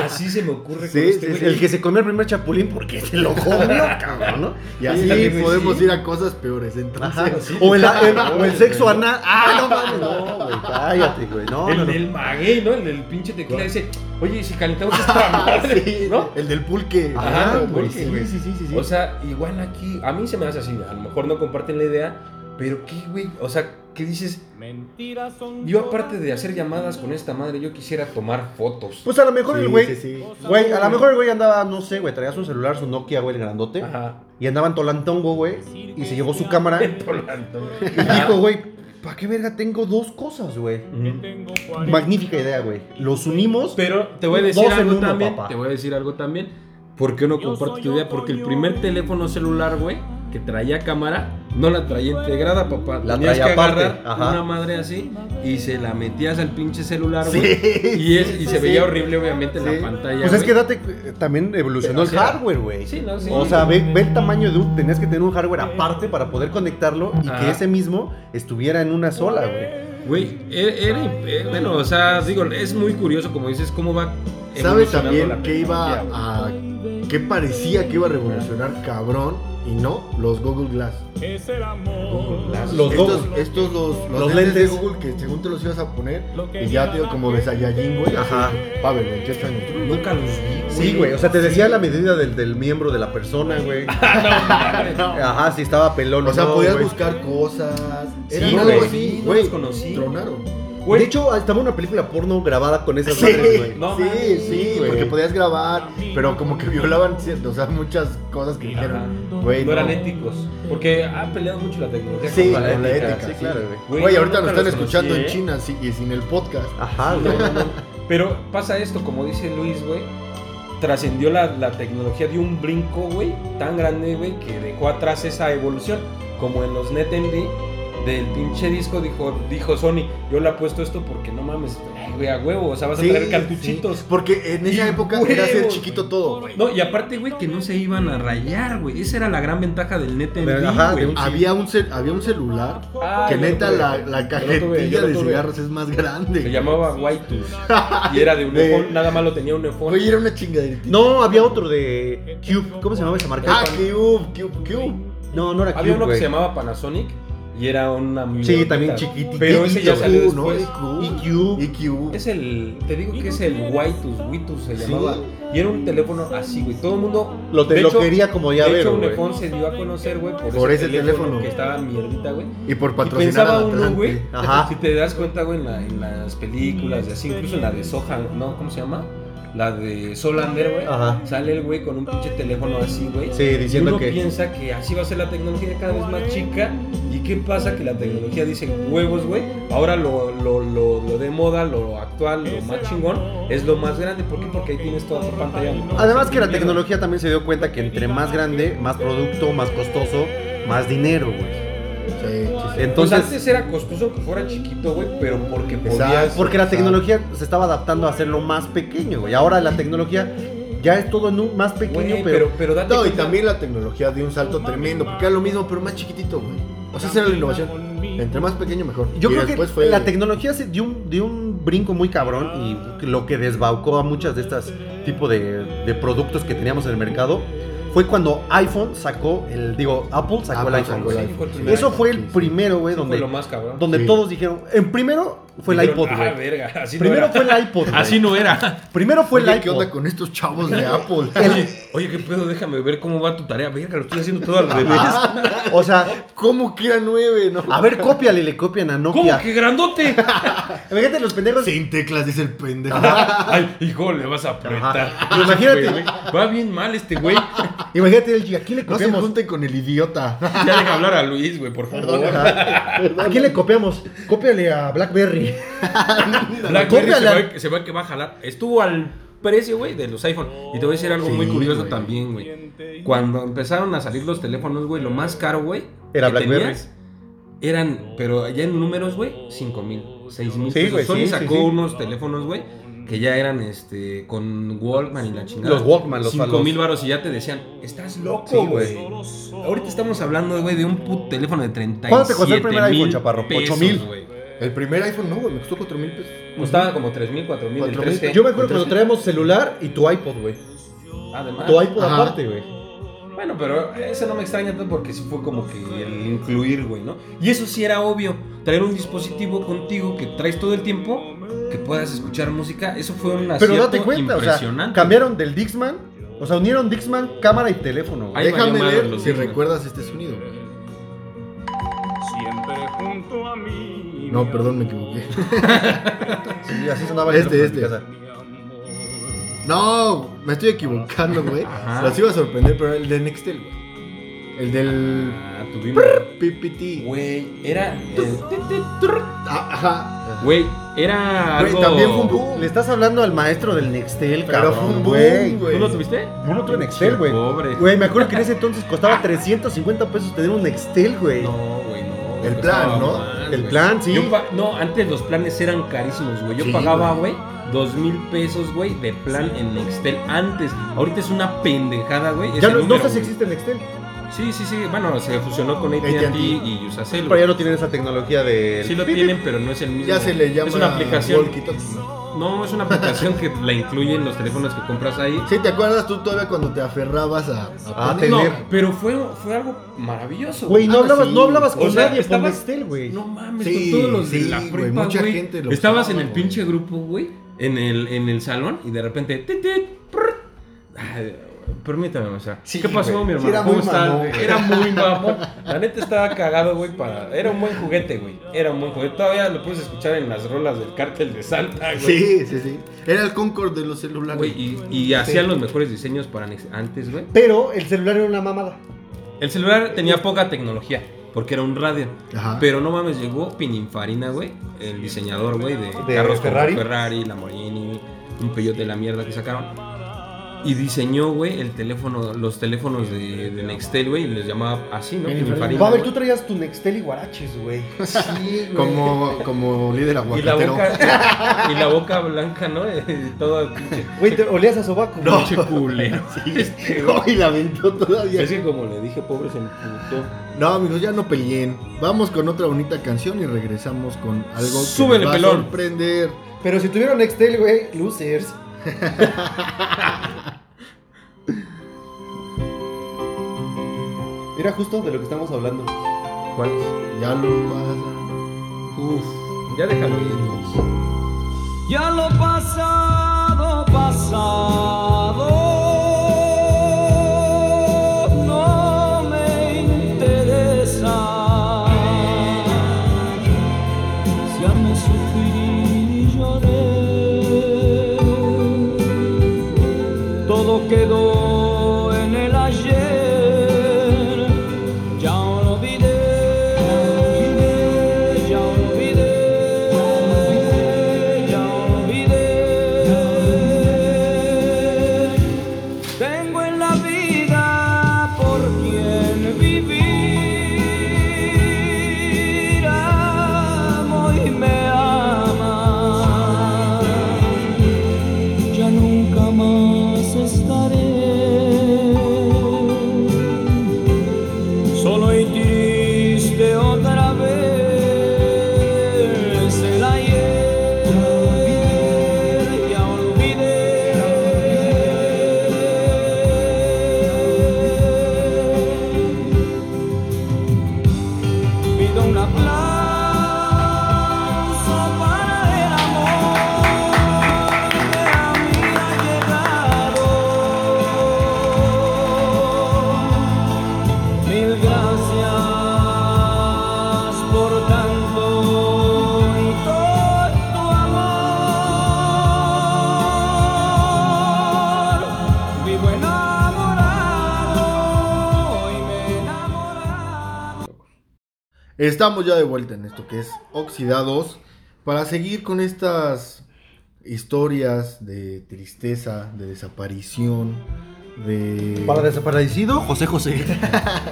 Así se me ocurre
Sí,
con este
sí,
güey.
sí.
El que se comió el primer chapulín porque se lo comió, cabrón, ¿no?
Y así
Ándale, güey,
podemos
sí.
ir a cosas peores. Entonces,
Ajá. O el, el- o el sexo anal. Ah, no mames. No, güey. Cállate, güey. No,
el
no, no.
del maguey, ¿no? El del pinche tequila dice, oye, ¿y si calentamos esta madre, ¿no?
el del pulque.
Ajá,
Ah,
güey,
sí,
güey.
sí, sí, sí, sí.
O sea, igual aquí, a mí se me hace así, a lo mejor no comparten la idea, pero qué, güey, o sea, ¿qué dices?
Mentiras son
Yo aparte de hacer llamadas con esta madre, yo quisiera tomar fotos.
Pues a lo mejor
Sí,
el güey.
sí, sí.
Güey, a lo mejor el güey andaba, no sé, güey, traía su celular, su Nokia, güey, el grandote.
Ajá.
Y andaba en Tolantongo, güey. Y se llevó su cámara. Y
Volando.
dijo, güey, ¿para qué verga tengo dos cosas, güey?
tengo
Magnífica idea, güey. Los unimos.
Pero te voy a decir
Dos en
algo
uno,
también.
papá.
Te voy a decir algo también. ¿Por qué no comparto tu idea? Porque el primer teléfono celular, güey, que traía cámara, no la traía integrada, papá.
La
Tenías
traía
que
aparte,
agarrar
ajá.
una madre así y se la metías al pinche celular,
Sí,
güey. y, es- y
sí,
se
sí.
veía horrible, obvisionó obviamente,
Sí.
la pantalla.
Pues es que
güey.
date, también evolucionó el
Pero, o sea,
hardware, güey.
Sí, no, sí.
O sea, ve, ve el tamaño de un. Tenías que tener un hardware aparte para poder conectarlo y que
Ajá.
ese mismo estuviera en una sola, güey.
Güey, e- era, imp- eh, bueno, o sea, digo, es muy curioso, como dices, cómo va.
¿Sabes
evolucionando
también
la
que iba
tecnología,
a. que parecía que iba a revolucionar cabrón y no? Los Google Glass.
Es el amor.
Los
estos,
Google.
estos los, los
Los
lentes de
lentes.
Google que según te los ibas a poner y ya te digo como de Saiyajin, güey.
Ajá.
Pa' ver, 28 años.
güey. Nunca los vi.
Sí, güey. O sea, te decía la medida del, del miembro de la persona, güey.
Ah,
Ajá, si estaba pelón.
O sea,
no,
podías
güey.
buscar cosas.
Sí,
Era
no
algo
los vi,
así,
no
güey.
los conocí.
Tronaron.
Güey.
De hecho, estaba una película porno grabada con esas
Sí,
madres, güey.
No
sí,
mames,
sí,
güey.
porque podías grabar, pero como que violaban cier- o sea, muchas cosas que dijeron, güey,
no
no.
eran éticos. Porque ha peleado mucho la tecnología
Sí,
con
con
la
la
ética.
ética,
sí,
sí.
claro, güey.
Güey,
Güey,
yo
ahorita nos
nunca
están
los conocí,
escuchando en
¿eh? Ah,
China sí, y sin el podcast.
Ajá,
No,
güey.
no, no. Pero pasa esto, como dice Luis, güey. Trascendió la, la tecnología de un brinco, güey, tan grande, güey, que dejó atrás esa evolución. Como en los NetMD, del pinche disco dijo, dijo Sony, yo le apuesto esto porque no mames, ay, güey, a huevo, o sea, vas a
Sí,
traer cartuchitos.
sí, porque en esa
Y
época era
huevos,
ser chiquito todo.
No, y aparte, güey, que no se iban a rayar, güey. Esa era la gran ventaja del NetMD,
Ajá,
güey.
de un-
Había un, cel- había un celular
Ah,
que
yo lo
neta
tuve.
la,
Yo
la
lo tuve, yo
cajetilla
lo
de
tuve.
cigarros es más grande.
Se llamaba Whitus. Y era de Unefón,
De-
nada más lo tenía Unefón.
Oye, era una chingaderita.
No, había otro de Cube. ¿Cómo se llamaba esa marca?
Ah, Cube, Cube, Cube.
no, no era Cube.
Había uno que
güey.
se llamaba Panasonic y era una
Sí, también
mierda.
chiquitito.
Pero ese ya salió
Q, ¿no?
después.
IQ.
EQ.
IQ.
Es el, te digo que es el Whitus, Whitus se
Sí.
llamaba. Y era un teléfono así, güey. Todo el mundo
Lo, te,
de
lo
hecho-
quería como
De
ya ver,
hecho,
güey.
Unefón se dio a conocer, güey, por,
Por
ese,
ese
teléfono,
teléfono.
que estaba mierdita, güey.
Y por
Y
patrocinar
pensaba
al
uno,
Atlante.
güey.
Ajá.
Si te das cuenta, güey, en, la- en las películas y así, incluso en la de Sohan, ¿no? ¿Cómo se llama? La de Solander, güey.
Ajá.
Sale el güey con un pinche teléfono así, güey.
Sí, diciendo
y uno
que-
piensa que así va a ser la tecnología cada vez más chica. ¿Y qué pasa? Que la tecnología dice huevos, güey. Ahora lo, lo, lo, lo de moda, lo actual, lo más chingón, es lo más grande. ¿Por qué? Porque ahí tienes toda tu pantalla.
Además que la tecnología también se dio cuenta que entre más grande, más producto, más costoso, más dinero, güey.
Sí, sí, sí.
Entonces,
Entonces,
pues antes era costoso que fuera chiquito, güey, pero porque podías.
Exacto.
porque la tecnología se estaba adaptando a hacerlo más pequeño, güey. Ahora la tecnología ya es todo en un más pequeño,
Güey,
pero...
pero, pero date
No, y
cuenta-
también la tecnología dio un salto tremendo, porque era lo mismo, pero más chiquitito, güey. O sea, esa era la innovación. Entre más pequeño, mejor.
Yo
Y
creo que
después fue
la tecnología se dio un, dio un brinco muy cabrón y lo que desbaucó a muchas de estas tipo de, de productos que teníamos en el mercado fue cuando iPhone sacó el, digo, Apple sacó el
Apple
iPhone.
sacó
güey.
el
Sí, fue el primer
Eso fue el
Sí, sí.
primero, güey,
Eso fue
donde,
lo más cabrón.
donde
Sí.
todos dijeron, en primero fue el
Dijeron,
iPod,
"Ah,
güey.
verga, así no
Primero
era".
fue el iPod, güey.
Así no era.
Primero fue
Oye,
el
¿Qué
iPod.
onda con estos chavos de Apple?
Oye, qué pedo, déjame ver cómo va tu tarea. Verga, lo estoy haciendo todo al revés.
O sea,
¿Cómo que era nueve, no?
a ver, cópiale, le copian a
¿Cómo
Nokia.
que grandote?
Fíjate los pendejos.
Sin teclas, dice el pendejo.
Ay, hijo, le vas a apretar.
Pero imagínate.
Güey, Va bien mal este güey.
Imagínate, el, ¿a quién le
No se
copiamos?
junten con el idiota.
Ya deja hablar a Luis, güey, por favor.
¿A quién le copiamos? Cópiale a BlackBerry.
Blackberry se
Cómprala.
va, se va que va a jalar. Estuvo al precio, güey, de los iPhone. Y te voy a decir algo
Sí,
muy curioso
güey.
también, güey. Cuando empezaron a salir los teléfonos, güey, lo más caro, güey.
Era
que
Blackberry.
tenías Eran, pero ya en números, güey, 5 mil, 6 mil.
Sí,
pesos.
güey,
Sony
sí, sí,
sacó
sí.
unos teléfonos, güey, que ya eran este con Walkman y la chingada.
Los Walkman, los-
5
los-
mil baros y ya te decían, estás
Sí,
loco,
güey.
güey. Ahorita estamos hablando, güey, de un puto teléfono de 37
¿Cuánto te costó el primer iPhone,
mil
chaparro?
pesos,
8,000.
güey.
El primer iPhone no, güey, me costó 4 mil pesos.
Costaba como 3 mil, 4 mil, el
4,000.
3G.
Yo me acuerdo cuando traíamos celular y tu iPod, güey.
Además,
Tu iPod
Ah, Ajá.
aparte, güey.
Bueno, pero eso no me extraña tanto porque sí fue como que el incluir, güey, ¿no? Y eso sí era obvio, traer un dispositivo contigo que traes todo el tiempo, que puedas escuchar música, eso fue un
Pero
acierto
date cuenta, o sea,
impresionante.
cambiaron del Dixman, o sea, unieron Dixman, cámara y teléfono. güey.
Ahí valió
Déjame
madre
ver
los
si
Discman.
recuerdas este sonido.
Siempre junto a mí.
No, perdón, me equivoqué.
Sí, así sonaba el
Este,
teléfono
este.
en mi casa.
No, me estoy equivocando, güey.
Ajá.
Los iba a sorprender, pero el de Nextel, güey. El del
Ah, tuvimos.
PPT.
Güey, era. eh,
Ah, Ajá.
Güey, era
Güey,
algo.
también fue un boom.
Le estás hablando al maestro del Nextel,
Pero fue
cabrón,
un
güey.
boom,
¿Tú lo
güey.
tuviste?
Yo no tuve Nextel, güey.
Pobre.
Güey, me acuerdo que en ese entonces costaba 350 pesos tener un Nextel, güey.
No, güey, no. güey,
El
costaba
plan, ¿no?
más,
El
güey.
plan, sí.
Yo pa- no, antes los planes eran carísimos, güey. Yo
Sí,
pagaba, güey, dos mil pesos, güey, de plan en Nextel antes. Ahorita es una pendejada, güey.
Ya
ese
no, no
número,
sé si
güey.
existe el Nextel,
Sí, sí, sí. Bueno, se fusionó con AT&T
AT&T.
y Usacell.
pero ya
güey.
no tienen esa tecnología de...
Sí lo tienen, pero no es el mismo.
Ya se le llama
Es una aplicación.
walkie-talkie, ¿no?
No, es una aplicación que la incluyen los teléfonos que compras ahí.
Sí, ¿te acuerdas tú todavía cuando te aferrabas a, a
Ah,
poner-
No,
tener.
pero fue, fue algo maravilloso.
Güey, no
Ah,
hablabas,
sí.
no hablabas con
O sea,
nadie por
estabas-
Nextel, güey.
No mames,
Sí,
con todos los de
sí,
la
güey,
prepa,
mucha
güey.
gente lo
Estabas
usaba,
en el
güey.
pinche grupo, güey, en el, en el salón y de repente... tit, tit, prr. Ay, permítame, o sea,
Sí,
¿qué pasó,
güey.
mi
Sí,
hermano?
era
¿Cómo
muy
están?
mamón, güey.
Era muy mamón. La neta estaba cagado, güey, para... Era un buen juguete, güey. Era un buen juguete. Todavía lo puedes escuchar en las rolas del cártel de Salta, güey.
Sí, sí, sí. Era el Concord de los celulares.
Güey, y, y hacían los mejores diseños para Nex- antes, güey.
Pero el celular era una mamada.
El celular tenía poca tecnología, porque era un radio.
Ajá.
Pero no mames, llegó Pininfarina, güey, el diseñador, güey, de,
De
como
Ferrari.
Ferrari, Lamborghini, un peyote de la mierda que sacaron. Y diseñó, güey, el teléfono, los teléfonos de, de Nextel, güey, y les llamaba así, ¿no? Pininfarina.
Pavel, tú
güey.
traías tu Nextel y guaraches, güey.
como, como líder
y la
aguacatero.
boca y la boca blanca, ¿no? Eh, Todo pinche,
Güey, te olías a sobaco. güey.
pinche culero. Este, güey.
No, y la aventó todavía.
es que como le dije, pobre se emputó.
No, amigos, ya no peleen. Vamos con otra bonita canción y regresamos con algo que
Súbele,
nos va
pelón.
a sorprender.
Pero si tuvieron Nextel, güey, losers. Era justo de lo que estamos hablando.
¿Cuál es?
Ya lo pasa.
Uf, ya déjalo ir.
Ya lo pasado, pasado no me interesa. Si amo sufrir y lloré, todo quedó en el ayer. Ya lo olvidé, ya olvidé, ya olvidé. Tengo en la vida por quien vivir. Amo y me ama. Ya nunca más estaré solo y triste otra vez el ayer ya olvidé pido un aplauso para el amor que a mí ha llegado Mil gracias por tanto y todo tu amor. Vivo enamorado y me enamorado.
Estamos ya de vuelta en esto que es Oxidados. Para seguir con estas historias de tristeza, de desaparición, de.
Para desaparecido, José José.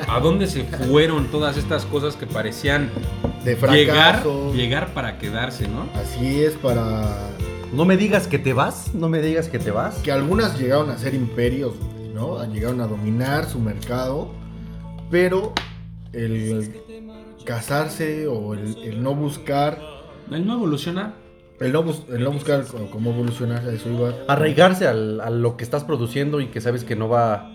¿A dónde se fueron todas estas cosas que parecían
de
llegar,
fracaso.
llegar para quedarse, no?
Así es, para
No me digas que te vas, no me digas que te vas.
que algunas llegaron a ser imperios, güey, ¿no? Llegaron a dominar su mercado, pero el casarse o el, el no buscar,
Él no evoluciona.
el no, bus- el no buscar co- cómo evolucionar, a eso iba.
Arraigarse al- a lo que estás produciendo y que sabes que no va.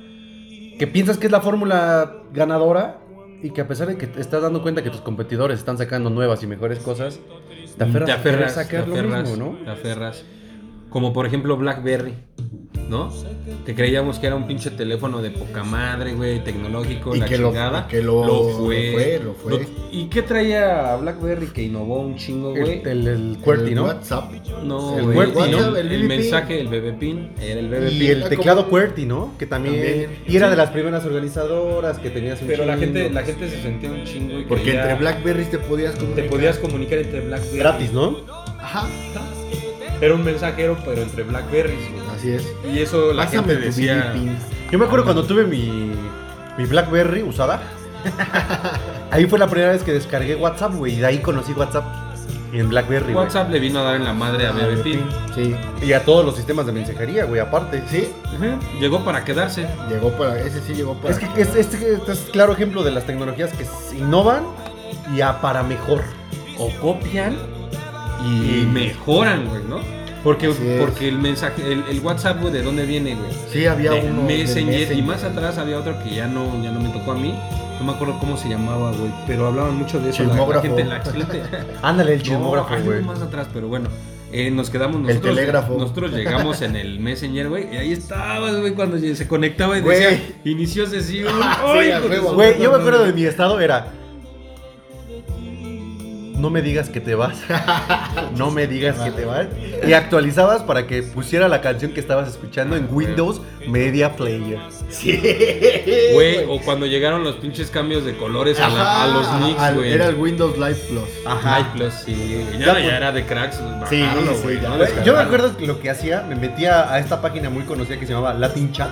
Que piensas que es la fórmula ganadora y que a pesar de que te estás dando cuenta que tus competidores están sacando nuevas y mejores cosas, te aferras, a sacar
te
lo
aferras,
mismo, ¿no?
te aferras. Como por ejemplo BlackBerry, ¿no? Que creíamos que era un pinche teléfono de poca madre, güey, tecnológico,
Y
la
que lo-
chingada.
que lo-
lo fue.
lo fue, lo fue.
¿Y qué traía BlackBerry que innovó un chingo, güey?
El, el, el QWERTY,
El
¿no?
WhatsApp.
No,
el
güey,
QWERTY,
¿no?
¿no?
el,
El BBP.
mensaje, el bebé pin, era el bebé
Y el teclado QWERTY, ¿no? Que también.
También.
Y era de las primeras organizadoras que tenías un
Pero la
chingo.
gente, la gente se sentía un chingo y
Porque
creía-
entre Blackberries te podías
te
comunicar.
podías comunicar entre BlackBerry.
Gratis, ¿no?
Ajá,
Era un mensajero, pero entre BlackBerries, güey.
así es.
Y eso la
Pásame
gente
tu
decía.
BB-Pin.
Yo me acuerdo cuando tuve mi, mi BlackBerry usada. Ahí fue la primera vez que descargué WhatsApp, güey. Y de ahí conocí WhatsApp en BlackBerry, güey.
WhatsApp le vino a dar en la
Ah,
madre a BBP.
Sí,
Y a todos los sistemas de mensajería, güey, aparte.
sí,
Ujú, Llegó para quedarse.
llegó para, ese sí llegó para.
Es que es, este este es claro ejemplo de las tecnologías que se innovan y a para mejor.
O copian y, mejoran, güey, ¿no? Porque,
Así es.
porque el mensaje, el, el WhatsApp, güey, ¿de dónde viene, güey?
sí, había
Del
uno. del
Messenger. Y
Messenger.
más atrás había otro que ya no, ya no me tocó a mí. No me acuerdo cómo se llamaba, güey. Pero hablaban mucho de eso. la- La,
Chismógrafo.
gente, la gente-
Ándale, el
No,
chismógrafo,
hay uno
güey.
más atrás, pero bueno. eh, nos quedamos nosotros.
telégrafo.
Nosotros llegamos en el Messenger, güey. Y ahí estabas, güey, cuando se conectaba y
Güey.
decía, inició sesión.
Sí, a
hijo de
huevo.
su-
Güey, yo me acuerdo de mi estado era. No me digas que te vas. No me digas que te vas. Y actualizabas para que pusiera la canción que estabas escuchando en Windows Media Player.
Güey, o cuando llegaron los pinches cambios de colores a, la- a
Ajá,
los
al-
Knicks, güey.
Era el Windows Live Plus.
Light Plus, sí. Ya,
Ya,
ya
pues.
era de cracks.
Sí,
bajarlo,
sí,
güey,
ya.
¿no?
Yo
Güey,
Descargarlo.
me acuerdo que lo que hacía, me metía a esta página muy conocida que se llamaba Latin Chat,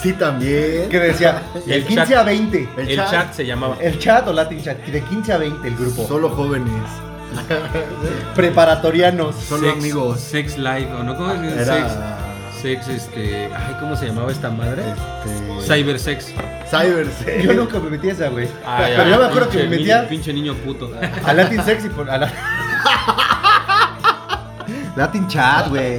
Sí, también.
que decía
El
de 15
chat.
a 20.
El,
El
chat.
chat.
se llamaba.
El chat o Latin Chat, de 15 a 20 el grupo.
Solo jóvenes.
Preparatorianos.
solo amigos.
Sex Live, ¿o no? ¿Cómo se llama?
Era.
Sex, sex, este. Ay, ¿cómo se llamaba esta madre?
Este,
Cyber Sex.
Cybersex.
Yo nunca me metí a esa, güey.
Ay,
Pero
ay,
yo me acuerdo que me
pinche
metía
niño- Pinche niño puto.
a Latin Sex y por. A la- Latin Chat, güey.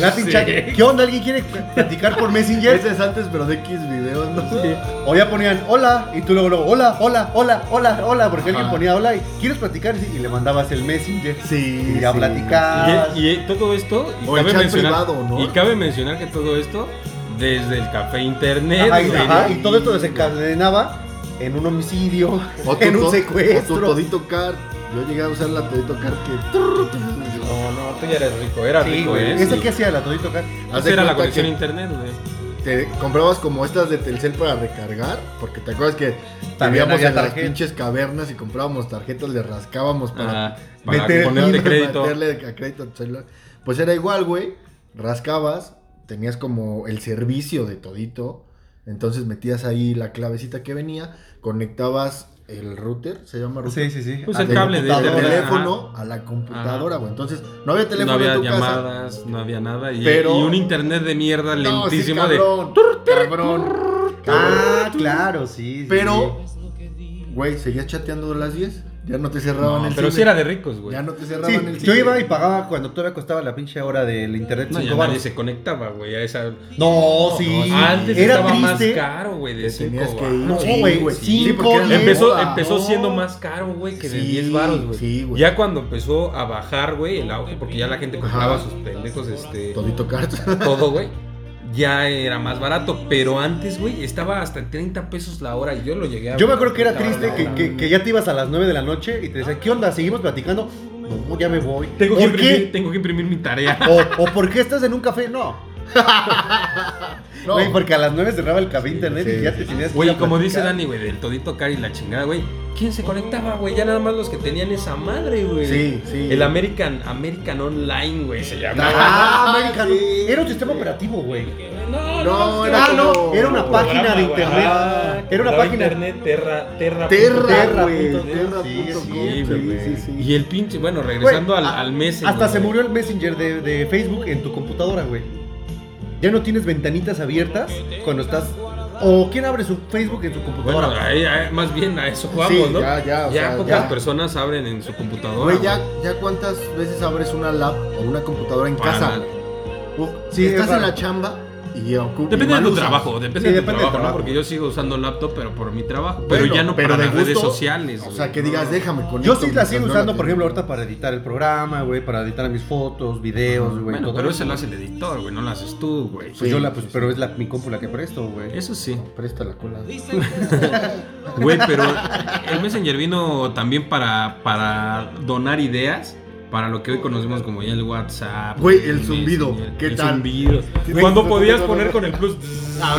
Latin
Sí.
Chat. ¿Qué onda? ¿Alguien quiere platicar por Messenger?
Ese es antes, pero de X videos, ¿no?
O ya ponían hola y tú luego, luego hola, hola, hola, hola, hola, porque alguien
Ajá.
ponía hola y quieres platicar y le mandabas el Messenger.
Sí.
Y a
sí.
platicar.
Y, y todo esto. Y
O el
cabe,
chat
mencionar,
privado, ¿no?
y cabe mencionar que todo esto desde el café internet.
Ajá, y,
güey,
ajá,
¿no?
y todo esto desencadenaba en un homicidio,
O tu
en un
to- O tu
secuestro.
todito car. Yo llegué a usar la todito car que.
No, no, tú ya eres rico, era
Sí,
rico,
güey.
¿eh?
¿Esa
Sí.
qué hacía la todito acá?
Haz
Esa
de
era la
cuenta
conexión a
que
internet, güey.
Te comprabas como estas de Telcel para recargar. Porque te acuerdas que
También
vivíamos
había
en las
tarjeta.
pinches cavernas y comprábamos tarjetas, le rascábamos para
Ajá, para
meter-
ponerle crédito.
meterle a crédito al celular. Pues era igual, güey. Rascabas, tenías como el servicio de todito. Entonces metías ahí la clavecita que venía, conectabas el router, se llama router.
sí, sí.
Pues
al
el cable de
computador,
internet,
teléfono a la computadora, güey. Entonces, no había
No
teléfono
había
en tu casa.
llamadas, no había nada. Y,
Pero-
y un internet de mierda
No, sí,
lentísimo de.
cabrón, cabrón.
Ah, claro, sí. sí.
Pero, güey, seguías chateando a las 10. Ya no te cerraban
No,
el
pero
cine.
si era de ricos, güey.
Ya no te cerraban
Sí,
el
yo
cine.
iba y pagaba cuando todavía costaba la pinche hora del internet.
No, ya
cinco
nadie
baros.
se conectaba, güey. A esa...
No, sí.
no,
Antes
Era
estaba
triste.
más caro, güey, de
Te
5
tenías que ir.
No,
Sí,
güey,
Sí, porque
cinco,
era la
diez.
Empezó,
moda.
empezó
no.
siendo más caro, güey, que de
Sí,
10 baros, güey.
sí, güey.
ya cuando empezó a bajar, güey, el auge, porque ya la gente compraba
Ajá.
sus pendejos, este.
Todito Cards.
todo, güey. Ya era más barato, pero antes, güey, estaba hasta 30 pesos la hora y yo lo llegué a
Yo me acuerdo que era triste
Cabrón,
que,
la
que- que ya te ibas a las 9 de la noche y te decía, ¿qué onda? ¿Seguimos platicando? No, ya me voy.
Tengo que,
¿Por
imprimir,
qué?
tengo que imprimir mi tarea.
O, o ¿por qué estás en un café? No.
No.
Güey, porque a las 9 cerraba el café internet
Sí,
y ya
sí,
te tenías que ir
Güey,
a
como
platicar.
dice Dani, güey, del todito cari la chingada, güey. ¿Quién se conectaba, güey? Ya nada más los que tenían esa madre, güey.
Sí, sí.
El American, American Online, güey, se llama.
Ah, América, no.
Sí.
Era un sistema operativo, güey. Ah,
No,
No,
es
era
que-
como-
no, era una
programa,
página de
güey.
internet.
Ah,
Era una
daba
página.
internet terra terra
Terra,
Terra
güey.
punto com.
Terra
Sí,
punto
sí,
com,
Sí, güey.
sí, sí.
Y el pinche, bueno, regresando
Güey,
al,
a-
al mes.
Hasta se
güey.
murió el Messenger de, de Facebook en tu computadora, güey. Ya no tienes ventanitas abiertas cuando estás. O quién abre su Facebook en su
Bueno,
computadora.
ahí- ahí- más bien a eso jugamos,
Sí,
¿no?
ya, ya, o sea,
pocas
ya.
personas abren en su computadora.
Güey, ya, ya cuántas veces abres una lap o una computadora en
Para
casa.
nada.
Uf,
Sí,
estás
es raro.
en la chamba y ocupas.
Depende de tu trabajo, depende,
Sí,
de tu
depende del
trabajo, ¿no?
trabajo.
Porque yo sigo usando laptop, pero por mi trabajo.
Bueno,
pero ya no
pero
para
de
las redes
gusto,
sociales.
O
güey.
sea, que digas, déjame con
Yo sí la sigo usando, por ejemplo, ahorita para editar el programa, güey, para editar mis fotos, videos, güey.
Bueno,
todo
pero
eso.
eso lo hace el editor, güey, no lo haces tú, güey.
Pues
Sí,
yo la, pues,
sí, sí.
pero es la, mi cómpula que presto, güey.
Eso sí.
Presta la cola.
Güey, pero el Messenger vino también para, para donar ideas. Para lo que hoy conocemos como ya el WhatsApp.
Güey, el zumbido,
Messenger,
¿qué
el
tal?
zumbido.
Güey,
Cuando
no,
podías
no, no,
poner
no.
con el plus.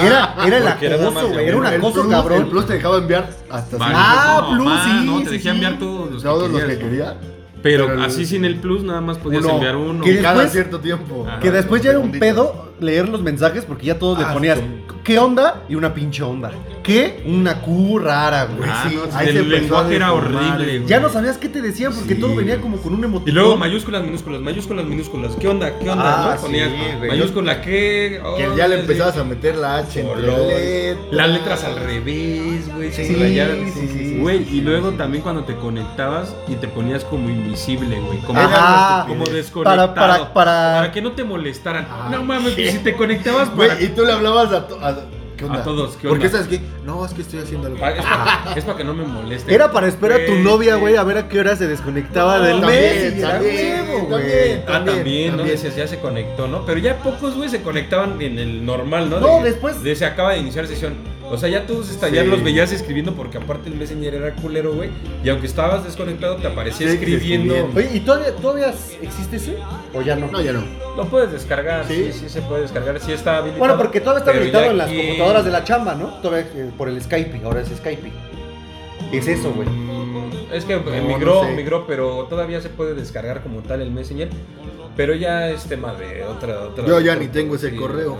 Era, era el
Porque era nada más
acoso,
de
güey. Era un
una.
El
acoso,
plus, El
cabrón.
plus te dejaba enviar hasta
Vale,
Ah,
no,
plus,
ma,
sí,
No, te
sí,
dejé
sí.
enviar todos los
todos los
que
que
querías.
quería.
Pero,
Pero el-
así sin el plus nada más podías
Uno.
enviar uno.
¿Qué-
Cada
después-
cierto tiempo.
Ajá.
Que después ya era un
Segundito.
pedo leer los mensajes porque ya todos le
Ah,
ponías
sí.
¿qué onda? y una pinche onda. ¿Qué? Una Q rara, güey.
Ah,
Sí.
no,
ahí se
el
empezó a
lenguaje era
deformar,
horrible, güey.
Ya no sabías qué te decían porque
Sí.
todo venía como con un emoticón.
Y luego mayúsculas, minúsculas, mayúsculas, minúsculas. ¿Qué onda? ¿Qué onda?
Ah,
¿no?
sí,
Ponías
güey.
mayúscula, ¿qué?
Que ya le
Oh,
empezabas
sí.
a meter la H entre
Color.
letras.
Las letras al revés, güey.
Sí,
subrayadas.
sí, sí,
Güey, y luego también cuando te conectabas y te ponías como invisible, güey. Como,
Ajá.
como desconectado.
para, para, para.
Para que no te molestaran.
Ah,
no mames,
sí.
si te conectabas para...
Güey, y tú le hablabas a, to- a- ¿qué onda?
A todos, ¿qué
Porque
onda?
sabes que no, es que estoy haciendo algo.
pa- es, para, es para que no me moleste.
Era para esperar a tu
Güey,
novia,
sí.
güey, a ver a qué hora se desconectaba
No,
del
también,
mes. y era
también,
huevo, güey.
también.
Ah, también, ¿no?
también.
Decías, ya se conectó, ¿no? Pero ya pocos, güey, se conectaban en el normal, ¿no?
No, después-
De se acaba de iniciar sesión. O sea, ya todos esta- ya
Sí.
los veías escribiendo porque aparte el Messenger era culero, güey. Y aunque estabas desconectado, te aparecía
Sí,
escribiendo.
escribiendo.
Oye, ¿y todavía, todavía existe ese? ¿O ya no?
No, ya no.
Lo puedes descargar, sí,
Sí.
sí, se puede descargar. Sí está habilitado.
Bueno, porque todavía está
pero
habilitado
ya
en las
que-
computadoras de la chamba, ¿no? Todavía eh, por el Skype, ahora es Skype. Es eso, güey.
Mm, Es que eh,
no
migró,
sé.
migró, pero todavía se puede descargar como tal el Messenger. Pero ya este madre, otra, otra.
Yo ya
otro-
ni tengo ese
sí.
correo.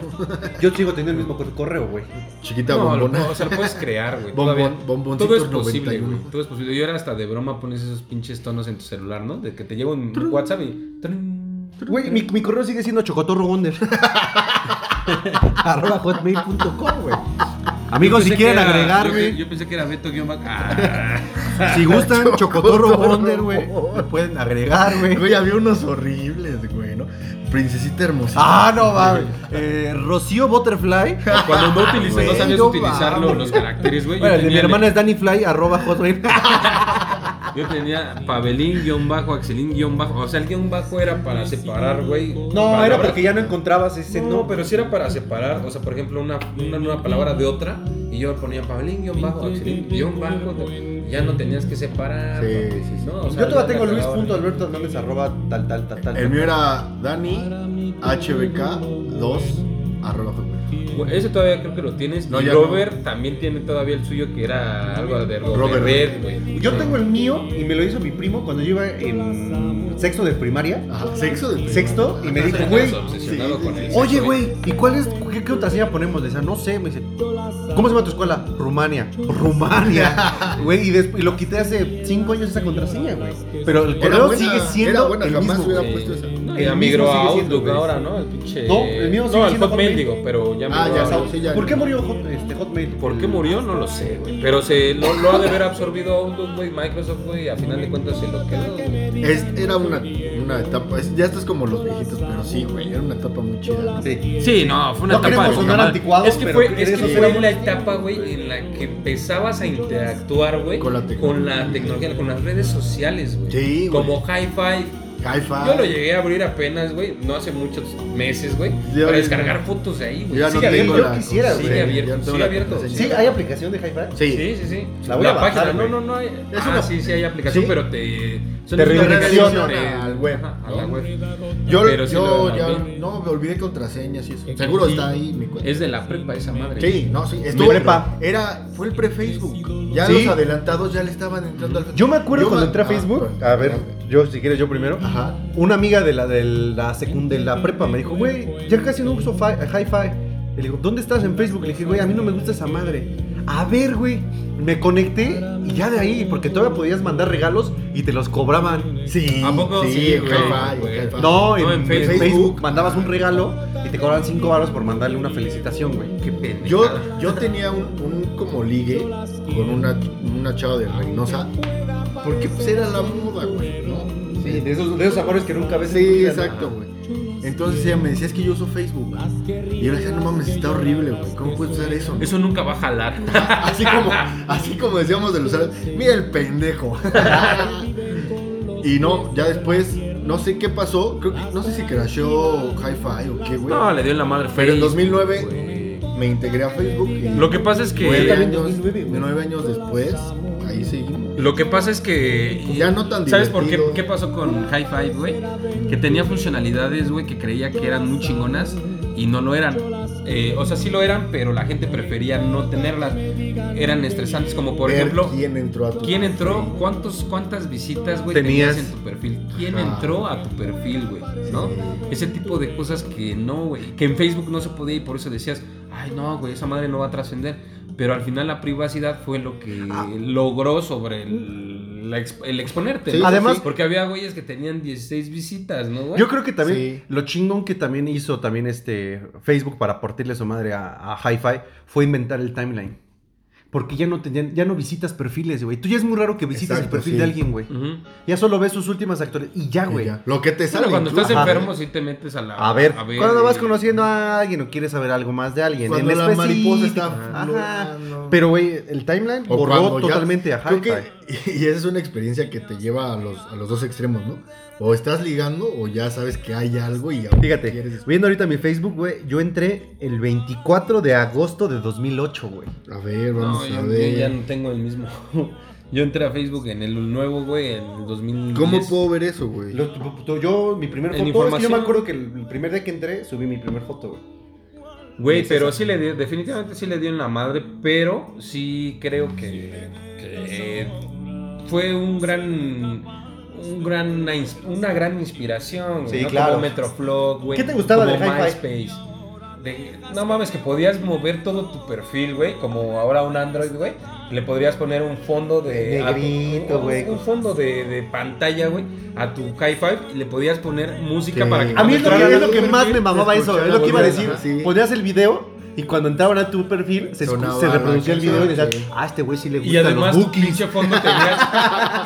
Yo sigo teniendo el mismo cor- correo, güey.
Chiquita
No, lo-
bombona.
o sea, lo puedes crear, güey.
Bombon-
todavía.
bomboncitos
todo es posible,
91.
güey. Todo es posible. Yo era hasta de broma pones esos pinches tonos en tu celular, ¿no? De que te llega un WhatsApp y. trun, trun,
Güey,
trun.
mi, mi correo sigue siendo chocotorro wonder. Arroba hotmail.com, güey. Amigos,
Yo
si
pensé
quieren
que era-
agregarme,
Yo, yo pensé que era Beto guión bajo. Ah,
si gustan, chocotorro
Chocotorro
wonder, güey.
Wonder.
me Pueden agregar, güey.
Güey, había unos horribles, güey, ¿no? Princesita hermosita.
Ah, no mames. Eh, Rocío Butterfly.
Cuando no, utilicé, no
Güey,
sabías
no
utilizar los,
mames.
los caracteres, güey. Yo
Bueno, el de mi
tenía-
hermana es Danny Fly, arroba hotmail.
Yo tenía Pavelín guión bajo, Axelín guión bajo. O sea, el guión bajo era para separar, güey.
No, era
palabras.
porque ya no encontrabas ese.
No, pero si era para separar, o sea, por ejemplo, una, una nueva palabra de otra, y yo ponía Pablín, guión bajo, Axelín, guión bajo, te- ya no tenías que separar.
Sí,
¿no?
sí, sí.
No, o sea,
Yo
ya
todavía tengo
la palabra-
Luis.alberto Hernández arroba tal tal tal tal.
El mío era Dani HBK2 arroba hotmail.
Güey, Ese todavía creo que lo tienes.
No,
y
ya no.
Robert también tiene todavía el suyo que era algo de
Robert.
Robert Red, güey.
Yo tengo el mío y me lo hizo mi primo cuando yo iba en sexto de primaria.
Ajá, sexo de
Sexto y me dijo,
Estás
güey.
obsesionado
sí,
con
sí,
el
sí.
sexo,
Oye, güey, ¿y cuál es? ¿Qué, qué contraseña ponemos? Le decía, no sé. Me dice, ¿cómo se llama tu escuela? Rumania. Rumania. Güey, y, des- y lo quité hace cinco años esa contraseña, güey. Pero el correo
buena,
sigue
era
siendo
buena,
el
jamás
mismo.
hubiera
güey.
puesto esa.
No,
pues, El
ya
mismo
migró a
sigue siendo,
Outlook
güey.
ahora, ¿no? El pinche.
No, el mío sigue
No, el
siendo
Hotmail,
Hotmail.
digo, pero ya
Ah,
migró
ya
a
sabes, sí, ya.
¿Por qué murió Hot- este, Hotmail?
¿Por qué murió? No lo sé, güey. Pero se lo, lo ha de haber absorbido Outlook, güey, Microsoft, güey. y A final de cuentas se lo quedó. güey.
Es- era una, una etapa, es- ya estás como los viejitos, pero sí, güey, era una etapa muy chida.
Sí.
Sí, no, fue una
No
etapa
queremos
de poca
sonar
madre.
anticuados,
Es que
pero
fue,
creo
es
que
que
eso
fue
era-
la etapa, güey, en la que empezabas a interactuar, güey,
Con la tecnología.
con la tecnología, con las redes sociales, güey.
Sí, güey.
Como High Five,
High five.
Ah.
Yo lo llegué a abrir apenas, güey, no hace muchos meses, güey,
Yo-
para descargar fotos de ahí, güey.
Ya
Sigue
no
abierto.
tengo
yo
la
quisiera,
contraseña,
güey.
ya
Sigue
no
abierto, sigue
tengo la
abierto.
contraseña.
Sí, hay aplicación de hi-fi.
Sí.
Sí, sí, sí.
La voy a bajar,
página, no,
güey.
no, no. Hay, ah,
una-
sí, sí hay aplicación,
¿Sí?
pero te... son
Te
unas
redireccionan
aplicaciones
al web,
ajá, a
¿no?
la web.
Yo,
Pero sí
yo
lo
ya
abrí.
no me olvidé contraseñas y eso. Seguro está ahí mi cuenta.
Es de la prepa esa madre.
Sí, no, sí. Estuvo
prepa.
Era, fue el pre-Facebook. Ya
Sí.
los adelantados ya le estaban entrando al
Yo me acuerdo cuando
ma-
entré a
Ah,
Facebook.
perdón.
A ver, yo si quieres yo primero.
Ajá.
Una amiga de la de la secund- de la prepa me dijo, güey, ya casi no uso fi- hi-fi. Le digo, ¿dónde estás en Facebook? Le dije, güey, a mí no me gusta esa madre. A ver, güey. Me conecté y ya de ahí, porque todavía podías mandar regalos y te los cobraban.
Sí.
¿A poco?
Sí,
Sí,
en
güey,
hi-fi,
güey.
en hi-fi.
No, en,
No, en
en
Facebook.
Facebook. mandabas un regalo y te cobraban 5 baros por mandarle una felicitación, güey.
Qué pendejo.
Yo, yo tenía un, un como ligue con una, una chava de Reynosa. Porque pues era la moda, güey, ¿no?
Sí, de esos, de esos amores que nunca ves. en tu
Sí,
vida,
exacto, güey. Entonces ella me decía, es que yo uso Facebook. Y yo le decía, no mames, está horrible, güey. ¿Cómo puedes usar eso?
Eso nunca va a jalar.
así como así como decíamos de los árabes, mira el pendejo y no ya después no sé qué pasó creo que- no sé si crasheó hi-fi o qué güey
No, le dio en la madre.
pero en
Facebook,
2009
güey.
me integré a Facebook y
Lo que pasa es
nueve
que...
también
años-
2009, güey.
nueve años después ahí seguimos
Lo que pasa es que...
Pues ya no tan
¿Sabes por qué,
divertido.
qué pasó con Hi-Fi, güey? Que tenía funcionalidades, güey, que creía que eran muy chingonas y no lo eran. Eh, o sea, sí lo eran, pero la gente prefería no tenerlas. Eran estresantes, como por
Ver
ejemplo,
quién entró a tu
¿quién entró? ¿Cuántos, ¿Cuántas visitas, güey,
Tenías.
tenías en tu perfil? ¿Quién
Ajá.
entró a tu perfil, güey? ¿No? Ese tipo de cosas que no, güey. Que en Facebook no se podía y por eso decías, ay, no, güey, esa madre no va a trascender. Pero al final la privacidad fue lo que
Ah.
logró sobre el, la exp- el exponerte.
Sí,
¿no?
Además-
Sí, porque había güeyes que tenían 16 visitas, ¿no, güey?
Yo creo que también
Sí.
lo chingón que también hizo también este Facebook para partirle su madre a, a Hi-Fi fue inventar el timeline. Porque ya no tenían, ya no visitas perfiles, güey. Tú ya es muy raro que visites
Exacto,
el perfil
sí.
de alguien, güey.
Ujú.
Ya solo ves sus últimas actores y ya,
Y
güey.
ya. lo que te
Bueno,
sale
cuando
incluso.
estás
Ajá.
enfermo sí te metes a la...
A ver, cuando
eh,
vas conociendo a alguien o quieres saber algo más de alguien.
Cuando
en
la mariposa
específico.
está
Ajá.
flotando.
Pero, güey, el timeline
O
borró
cuando ya-
totalmente a
creo
Hi-Fi.
que- y esa es una experiencia que te lleva a los, a los dos extremos, ¿no? O estás ligando o ya sabes que hay algo y ya
Fíjate,
quieres-
viendo ahorita mi Facebook, güey, yo entré el 24 de agosto de 2008, güey.
A ver,
No,
vamos
yo,
a
yo ya
ver.
no tengo el mismo. Yo entré a Facebook en el nuevo, güey, en el 2010.
¿Cómo puedo ver eso, güey?
Lo- tu- tu- yo, mi primer
En
foto. es que yo me
información.
acuerdo que el, el primer día que entré, subí mi primer foto, güey.
Güey, pero sí le dio, definitivamente sí le dio en la madre, pero sí creo que, que fue un gran, un gran, una gran inspiración, güey,
Sí,
¿no?
claro.
Como Metroflog, güey.
¿Qué te gustaba
como
de Hi-Fi?
MySpace. De- no mames, que podías mover todo tu perfil, güey, como ahora un Android, güey. Le podrías poner un fondo de... a tu-
Negrito,
un-
güey.
Un fondo de, de pantalla, güey, a tu Hi-Fi. y Le podías poner música
Sí.
para que...
A mí es lo
cuando
que,
entraras
es lo
a
que
tu
más
perfil,
me mamaba
se
eso,
escuchaba
es lo que iba a
la
decir.
voz, sí.
Ponías el video y cuando entraban a tu perfil se, escu-
Sonaba
se reproducía el
la
video y
canción,
decías,
sí.
ah, este güey sí le
Y
gustan los
además tu
bookies.
pinche fondo tenías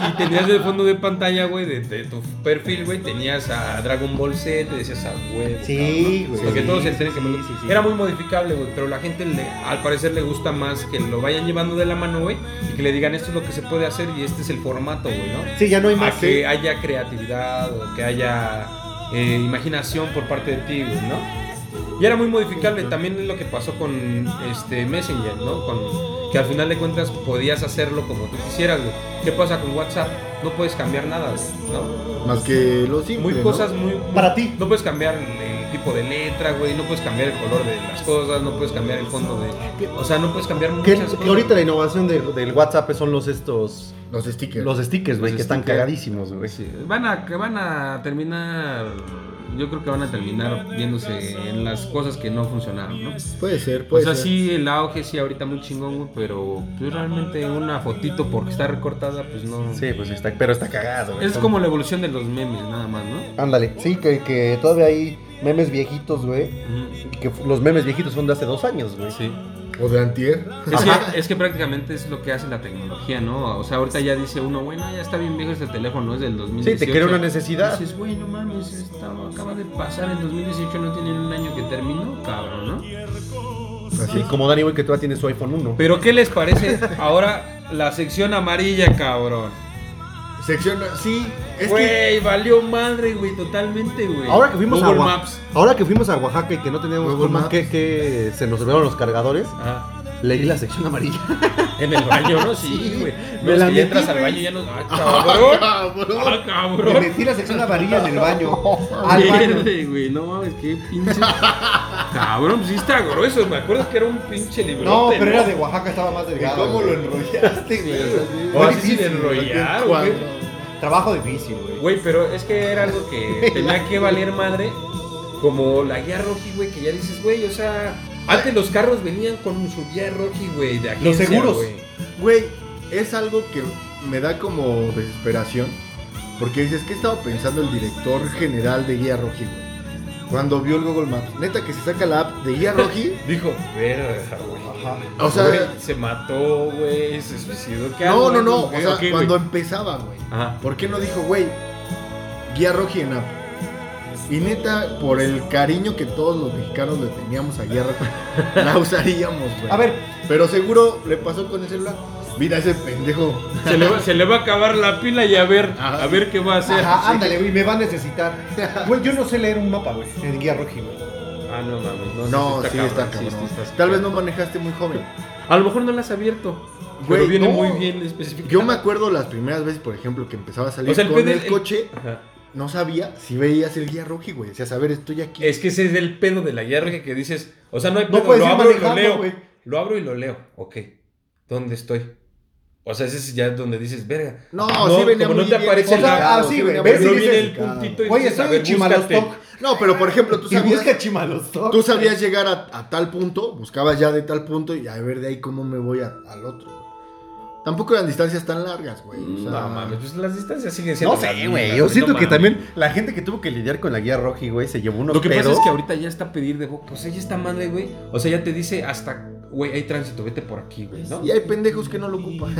y tenías de fondo de pantalla, güey, de, de tu perfil, güey, tenías a Dragon Ball Z, te decías a güey.
Sí, güey.
Porque todos se
Sí,
enteran que me lo-
sí, sí.
era muy modificable, güey, pero la gente le- al parecer le gusta más que lo vayan llevando de la mano, güey, y que le digan esto es lo que se puede hacer y este es el formato, güey, ¿no?
Sí, ya no hay
A
más. ¿eh? sí.
que haya creatividad o que haya eh, imaginación por parte de ti, güey, ¿no? Y era muy modificable también es lo que pasó con este Messenger, ¿no? Con, que al final de cuentas podías hacerlo como tú quisieras, güey. ¿Qué pasa con WhatsApp? No puedes cambiar nada, güey, ¿no?
Más que los simple,
Muy
¿no?
cosas muy...
Para ti.
No puedes cambiar el, el tipo de letra, güey. No puedes cambiar el color de las cosas. No puedes cambiar el fondo de... O sea, no puedes cambiar
Que,
muchas
que
cosas.
ahorita la innovación de- del WhatsApp son los estos.
Los stickers.
Los stickers, güey,
Los
que están
stickers.
cagadísimos, güey.
Sí, van a que van a terminar yo creo que van a terminar viéndose en las cosas que no funcionaron, ¿no?
Puede ser, puede
o sea,
ser.
sí, el auge sí ahorita muy chingón, güey, pero pues, realmente una fotito porque está recortada, pues no.
Sí, pues está, pero está cagado, güey.
Es como la evolución de los memes, nada más, ¿no?
Ándale, sí, que, que todavía hay memes viejitos, güey.
Ujú,
Que f- los memes viejitos son de hace dos años, güey.
Sí.
O de antier.
Pues
Es que, es que prácticamente es lo que hace la tecnología, ¿no? O sea, ahorita ya dice uno, bueno, ya está bien viejo este teléfono, es del 2018.
Sí, te crea una necesidad.
Dices, güey, no mames, estaba- acaba de pasar el 2018, no tienen un año que terminó, cabrón, ¿no?
Así como Dani, güey, que todavía tiene su iPhone 1.
Pero ¿qué les parece ahora la sección amarilla, cabrón?
Sección, sí, es que
Güey, valió madre, güey, totalmente, güey.
Ahora que fuimos a
Google
Oaxaca,
Maps.
ahora que fuimos a Oaxaca y que no teníamos
Google
forma
Maps.
que, que se nos vieron los cargadores,
Ajá.
leí la sección amarilla.
Ah, En el baño, ¿no? Sí, güey.
Me
No, es
la
que
metí,
ya entras al
güey.
baño y ya no. ¡Ah, cabrón! ¡Ah,
Me
cabrón!
metí la sección amarilla en el baño. Al baño.
Verde, güey, no mames, qué pinche. Cabrón, pues sí está grueso. Me acuerdo que era un pinche libro.
No, pero era de Oaxaca, estaba más delgado.
¿Cómo lo
güey.
enrollaste, güey? O sea, sí,
O
fue
así sin
difícil,
enrollar,
¿cuándo?
güey.
Trabajo difícil, güey.
Güey, pero es que era algo que tenía que valer madre. Como la guía Rocky, güey, que ya dices, güey, o sea. Antes los carros venían con su guía Rocky, güey, de agencia,
seguros.
güey.
Güey, es algo que me da como desesperación. Porque dices, ¿qué estaba pensando el director general de Guía Roji, güey? Cuando vio el Google Maps. Neta que se saca la app de Guía Roji.
Dijo, verga, güey.
O sea-
Güey, se mató, güey, se suicidó. ¿Qué
No,
hago,
no, no.
güey?
O sea,
¿O qué, pues, güey?
cuando em- empezaba, güey.
Ajá.
¿Por qué no dijo, güey, Guía Roji en app? Y neta, por el cariño que todos los mexicanos le teníamos a Guía Roji, la usaríamos, güey.
A ver,
Pero seguro le pasó con el celular. Mira ese pendejo.
Se le, va, se le va a acabar la pila y a ver,
Ajá.
a ver qué va a hacer.
ajá, Ah, ándale, güey, me va a necesitar. Güey, yo no sé leer un mapa, güey, en guía roji, güey.
Ah, no mames, no,
No, sí,
cabrón,
está cabrón.
sí, sí está
Tal vez no
cabrón.
manejaste muy joven.
A lo mejor no la has abierto.
Güey,
pero viene
no.
muy bien especificado.
Yo me acuerdo las primeras veces, por ejemplo, que empezaba a salir
O sea, el
con
pedo-
el,
el-
coche,
Ajá.
no sabía si veías el guía roji, güey. O sea, saber, estoy aquí.
Es que ese es el pedo de la guerra que dices. O sea, no hay
No
pedo,
puedes
lo
ir
abro y lo
manejando,
leo.
güey.
Lo abro y lo leo. Ok. ¿Dónde estoy? O sea, ese es ya donde dices, verga.
No,
No,
sí venía
como no
muy
te
bien
aparece
explicado,
la- ah, sí, güey,
venía
ves
muy
no
y
bien
viene el
explicado.
puntito y
Oye,
dices, a
estoy en
ver, búscate.
Chimalostoc.
No, pero por ejemplo, tú
Y
sabías,
busca Chimalostoc.
tú sabías llegar a, a tal punto, buscabas ya de tal punto y a ver de ahí cómo me voy a- al otro. Tampoco eran distancias tan largas, güey. O sea,
No mames, pues las distancias siguen siendo.
No sé,
las
güey.
mismas,
Yo
no
siento que
mames.
también la gente que tuvo que lidiar con la guía roji, güey, se llevó unos
Lo que pasa
pedos.
es que ahorita ya está a pedir de boca. O sea, ya está madre, güey. O sea, ya te dice hasta, güey, hay tránsito, vete por aquí, güey, ¿no?
Y hay pendejos que no lo ocupan.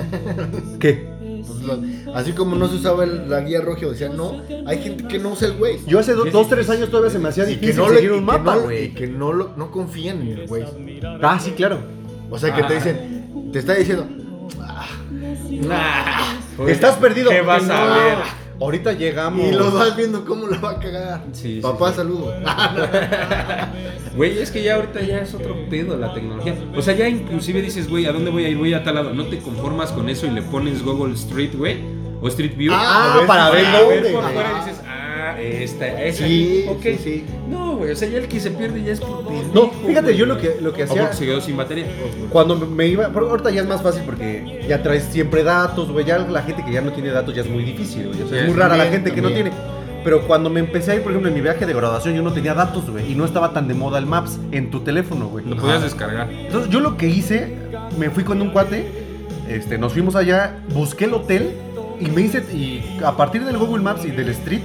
¿Qué?
Pues lo- así como no se usaba el- la guía roja, decían, no, hay gente que no usa el güey.
Yo hace do-
Sí,
dos,
sí,
tres
sí,
años todavía se me hacía
Y que
difícil
no le
seguir un
y que
mapa,
no-
güey.
Y que no, lo- no confían en el güey.
Ah, sí, claro.
O sea, que te
Ah.
dicen, te está diciendo,
Nah, güey,
Estás perdido.
¿Qué vas
porque
a
no.
ver?
Ahorita llegamos.
y lo vas viendo cómo la va a cagar.
Sí, sí,
Papá,
sí.
saludo.
Ah,
Güey, es que ya ahorita ya es otro pedo la tecnología. O sea, ya inclusive dices, güey, ¿a dónde voy a ir? Voy a tal lado. No te conformas con eso y le pones Google Street, güey. O Street View.
Ah, para
A
ver
ver,
dónde.
por
güey.
fuera y dices, ah, esta, esa.
Sí,
ok.
sí, sí.
No, güey, o sea, ya el que se pierde ya es por pendejo,
No, fíjate,
güey.
yo lo que, lo que
O
hacía.
porque se quedó sin batería.
Cuando me- me iba, pero ahorita ya es más fácil porque ya traes siempre datos, güey. Ya la gente que ya no tiene datos ya es muy difícil, güey. O sea, es
Sí,
muy rara la
también,
gente que no
también.
tiene. Pero cuando me empecé a ir, por ejemplo, en mi viaje de graduación, yo no tenía datos, güey. Y no estaba tan de moda el Maps en tu teléfono, güey.
Lo podías descargar.
Entonces, yo lo que hice, me fui con un cuate, este, nos fuimos allá, busqué el hotel y me hice. Y a partir del Google Maps y del Street,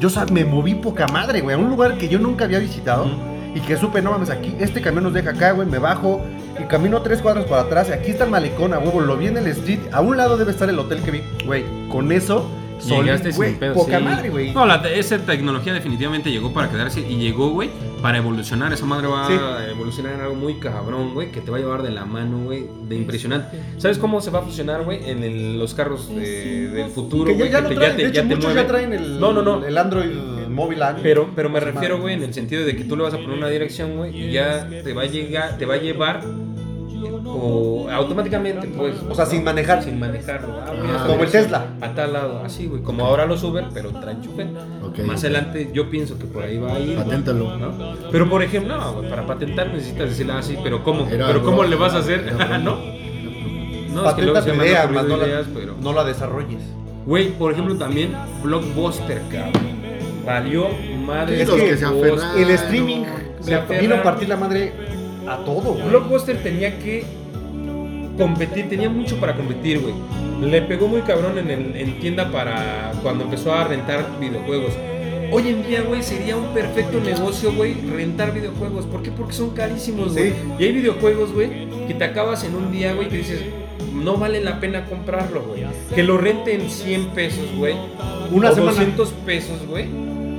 yo sa- me moví poca madre, güey, a un lugar que yo nunca había visitado y que supe, no mames, aquí, este camión nos deja acá, güey, me bajo y camino tres cuadras para atrás. y aquí está el malecón, a huevo, lo vi en el Street, a un lado debe estar el hotel que vi, güey, con eso. sol-
Llegaste
güey,
sin pedo,
Poca
sí.
madre, güey.
No, la te- esa tecnología definitivamente llegó para quedarse y llegó, güey, para evolucionar. Esa madre va
Sí.
a evolucionar en algo muy cabrón, güey, que te va a llevar de la mano, güey, de impresionante. ¿Sabes cómo se va a fusionar, güey? En el- los carros de- del futuro,
que ya,
güey,
ya
que
lo
te-
traen, de
te-
hecho,
te
muchos
mueven.
ya traen el,
No, no, no.
el Android móvil. app.
Pero, pero me
Su madre.
refiero, güey, en el sentido de que tú le vas a poner una dirección, güey, y ya te va a llegar, te va a llevar eh, o automáticamente, pues.
O sea, sin manejar.
Sin manejarlo. Ah,
Ah,
mira, esta
como el
dirección
Tesla.
A tal lado, así, güey. Como ahora los Uber, pero traen chofer.
Ok.
Más adelante yo pienso que por ahí va a ir. güey,
Paténtalo.
¿no? Pero por ejemplo, no, güey, para patentar necesitas decirle así, pero ¿cómo?
Era
pero ¿cómo
broma,
le vas a hacer?
era broma.
¿No? No, es que
Patenta
luego
tu
se me han
idea,
ocurrido
más no la-
ideas, pero...
No la desarrolles.
Güey, por ejemplo, también Blockbuster, cabrón. Valió madre.
Es que
Blockbuster.
se aferraron.
El streaming
Ah, Se
le
aferran.
vino a partir la madre a todo, güey.
Blockbuster tenía que competir, tenía mucho para competir, güey. Le pegó muy cabrón en, el- en tienda para cuando empezó a rentar videojuegos. Hoy en día, güey, sería un perfecto negocio, güey, rentar videojuegos. ¿Por qué? Porque son carísimos, güey.
Sí.
Y hay videojuegos, güey, que te acabas en un día, güey, que dices, no vale la pena comprarlo, güey. Que lo renten 100 pesos, güey.
Una
o
semana.
200 pesos, güey.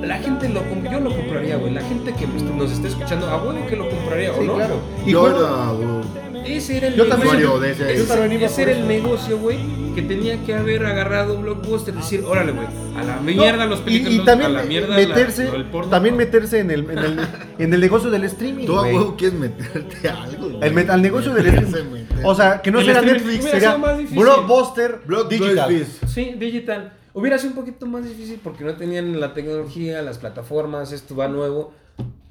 La gente lo comp- yo lo compraría, güey. La gente que nos nos está escuchando, a huevo que lo compraría, ¿o
Sí,
no?
claro. Y
Yo
juegos-
era, uh,
Ese era el
Yo también-
negocio.
Mario de ese-
Ese-
yo también iba
ese
por
era el
eso.
negocio, güey, que tenía que haber agarrado Blockbuster y decir, órale, güey, a la mierda los
y,
películas,
y también
a la mierda
meterse,
la- el porno.
también meterse en el, en el, en el negocio del streaming.
Tú a
güey.
huevo quieres meterte a algo. güey.
El met- al negocio del
Meterse,
streaming.
meterse.
O sea, que no
El
será
streaming
Netflix,
hubiera
sería
sido más difícil.
Blockbuster, Digital.
Blockbusters.
Sí, digital. Hubiera sido un poquito más difícil porque no tenían la tecnología, las plataformas, esto va nuevo.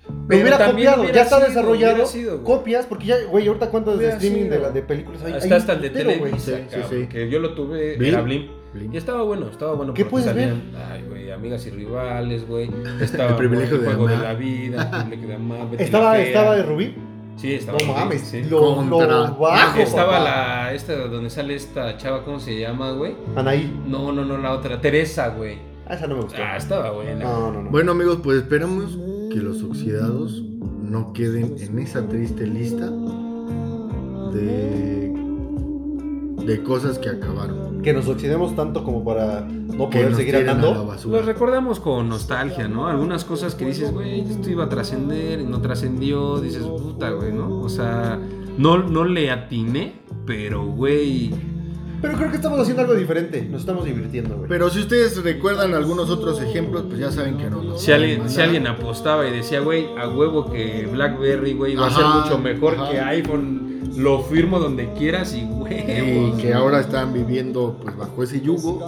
Lo hubiera
también
copiado,
hubiera
ya está
sido,
desarrollado.
hubiera sido, güey.
copias, porque ya, güey, ahorita cuántas de
Hubiera
streaming
sido.
de, la, de películas hay.
Está hasta el de
Pero, güey,
Televisa,
sí, sí,
cabrón,
sí.
que yo lo tuve,
Blim.
era Blim.
Blim.
Y estaba bueno, estaba bueno.
¿Qué
porque
puedes ver?
salían, Ay, güey, amigas y rivales, güey. Estaba
El privilegio
el
de
juego de
amar.
la vida, el privilegio de amar. Betty la
Estaba,
Fea.
estaba de Rubí.
Sí, estaba.
No
bien,
mames,
sí.
lo, lo
Contra-
bajo.
Estaba
papá.
la esta donde sale esta chava, ¿cómo se llama, güey?
Anaí.
No, no, no, la otra, Teresa, güey.
Ah, esa no me gustó.
Ah, estaba buena.
no, no, no.
Bueno amigos, pues esperamos que los oxidados no queden en esa triste lista de, de cosas que acabaron.
que nos oxidemos tanto como para no
Que
poder
nos
seguir
tiren a la
andando.
basura.
Los Pues recordamos con nostalgia, ¿no? Algunas cosas que dices, güey, esto iba a trascender, no trascendió, dices, puta, güey, ¿no? O sea, no, no le atiné, pero, güey,
Pero creo que estamos haciendo algo diferente. Nos estamos divirtiendo, güey.
Pero si ustedes recuerdan algunos otros ejemplos, pues ya saben que no. los
si alguien,
pueden
si alguien
mandar.
apostaba y decía, güey, a huevo que BlackBerry, güey, va a
Ajá,
ser mucho mejor
ajá.
que iPhone, lo firmo donde quieras y, güey,
Y que ahora están viviendo pues bajo ese yugo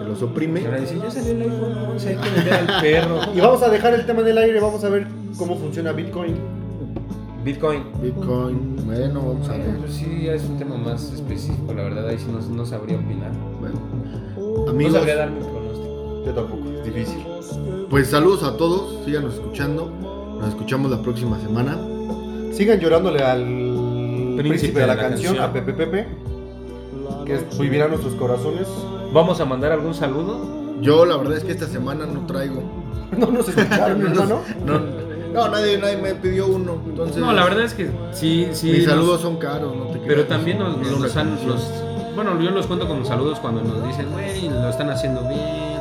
que los oprime.
Ahora dicen, ya salió el iPhone 11, hay que vender al perro.
Y vamos a dejar el tema en el aire, vamos a ver cómo funciona Bitcoin.
Bitcoin.
Bitcoin, bueno, vamos a ver.
Pues sí, es un tema más específico, la verdad, ahí sí no, no sabría opinar.
Bueno,
No
amigos,
sabría dar mi pronóstico.
Yo tampoco, es difícil.
pues saludos a todos, síganos escuchando. Nos escuchamos la próxima semana.
Sigan llorándole al príncipe, de la, canción, a Pepe Pepe, que es- vivirá en nuestros corazones.
¿Vamos a mandar algún saludo?
Yo la verdad es que esta semana no traigo.
No nos escucharon, mi hermano.
No, no nadie, nadie me pidió uno. Entonces,
No, la verdad es que sí, sí.
mis
nos-
saludos son caros, no te
Pero
creas.
también nos,
Es
nos- nos han.
reconocido.
nos- bueno, yo los cuento como saludos cuando nos dicen, güey, lo están haciendo bien.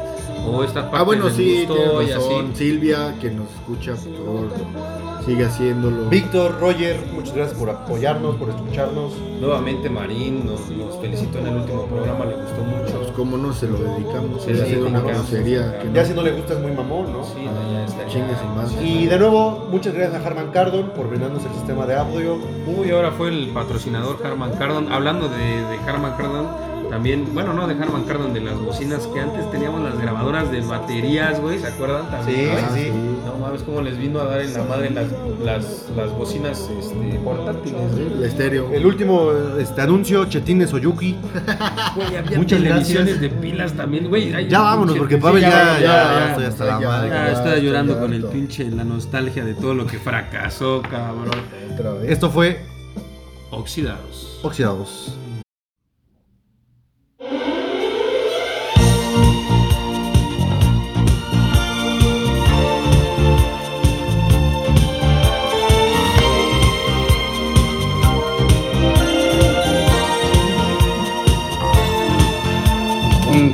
O esta parte
Ah, bueno,
les
sí,
gustó
tienes
y
razón.
así.
Silvia, que nos escucha, por favor, sigue haciéndolo.
Víctor, Roger, muchas gracias por apoyarnos, por escucharnos.
Nuevamente, Marín nos, nos felicitó en el último programa, le gustó
Pues,
mucho.
cómo no se lo dedicamos.
Sí,
Era
sí,
hacer
cómo
una
no.
grosería que no.
Ya si no le gusta es muy mamón, ¿no?
Sí, no, ya está.
Chingue su madre.
Y de nuevo, muchas gracias a Harman Cardon por brindarnos el sistema de audio.
Uy, ahora fue el patrocinador Harman Kardon. Hablando de, de Harman Kardon, también, bueno, no de Harman Kardon, de las bocinas que antes teníamos las grabadoras de baterías, güey, ¿se acuerdan?
Sí,
También,
Ah,
Ay,
sí, sí.
No mames, cómo les vino a dar en la madre las, las, las bocinas este, portátiles.
sí, El estéreo.
El último este anuncio, Chetines Oyuki.
Güey, había
Muchas
televisiones
gracias.
de pilas también, güey. Ay,
Ya vámonos,
pinche-
porque
sí,
Pavel ya, ya,
vámonos,
ya,
ya.
estoy hasta la
Ya,
madre.
Ya, Ah, estaba
estoy
llorando
harto.
con el pinche, la nostalgia de todo lo que fracasó, cabrón.
Otra vez.
Esto fue
Oxidados.
Oxidados.
Un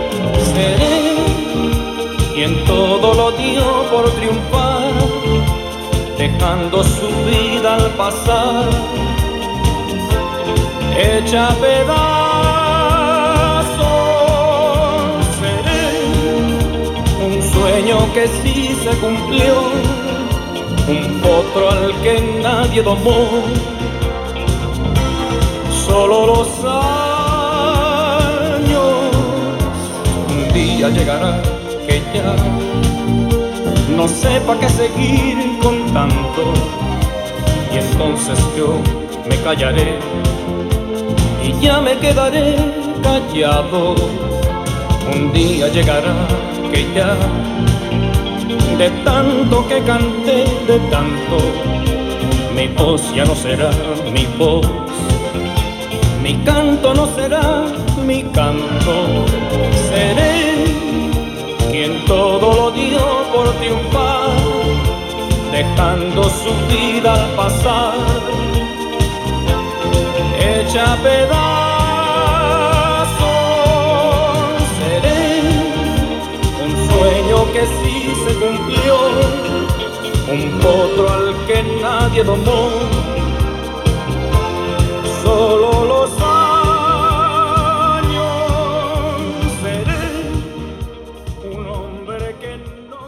seré quien todo lo dio por triunfar, dejando su vida al pasar, hecha a pedazos. Seré un sueño que sí se cumplió, un potro al que nadie domó solo los años. Un día llegará que ya no sepa qué seguir contando. Y entonces yo me callaré y ya me quedaré callado. Un día llegará que ya de tanto que canté, de tanto, mi voz ya no será mi voz. Mi Mi canto no será mi canto, seré quien todo lo dio por triunfar, dejando su vida al pasar, hecha a pedazos. Seré un sueño que sí se cumplió, un potro al que nadie domó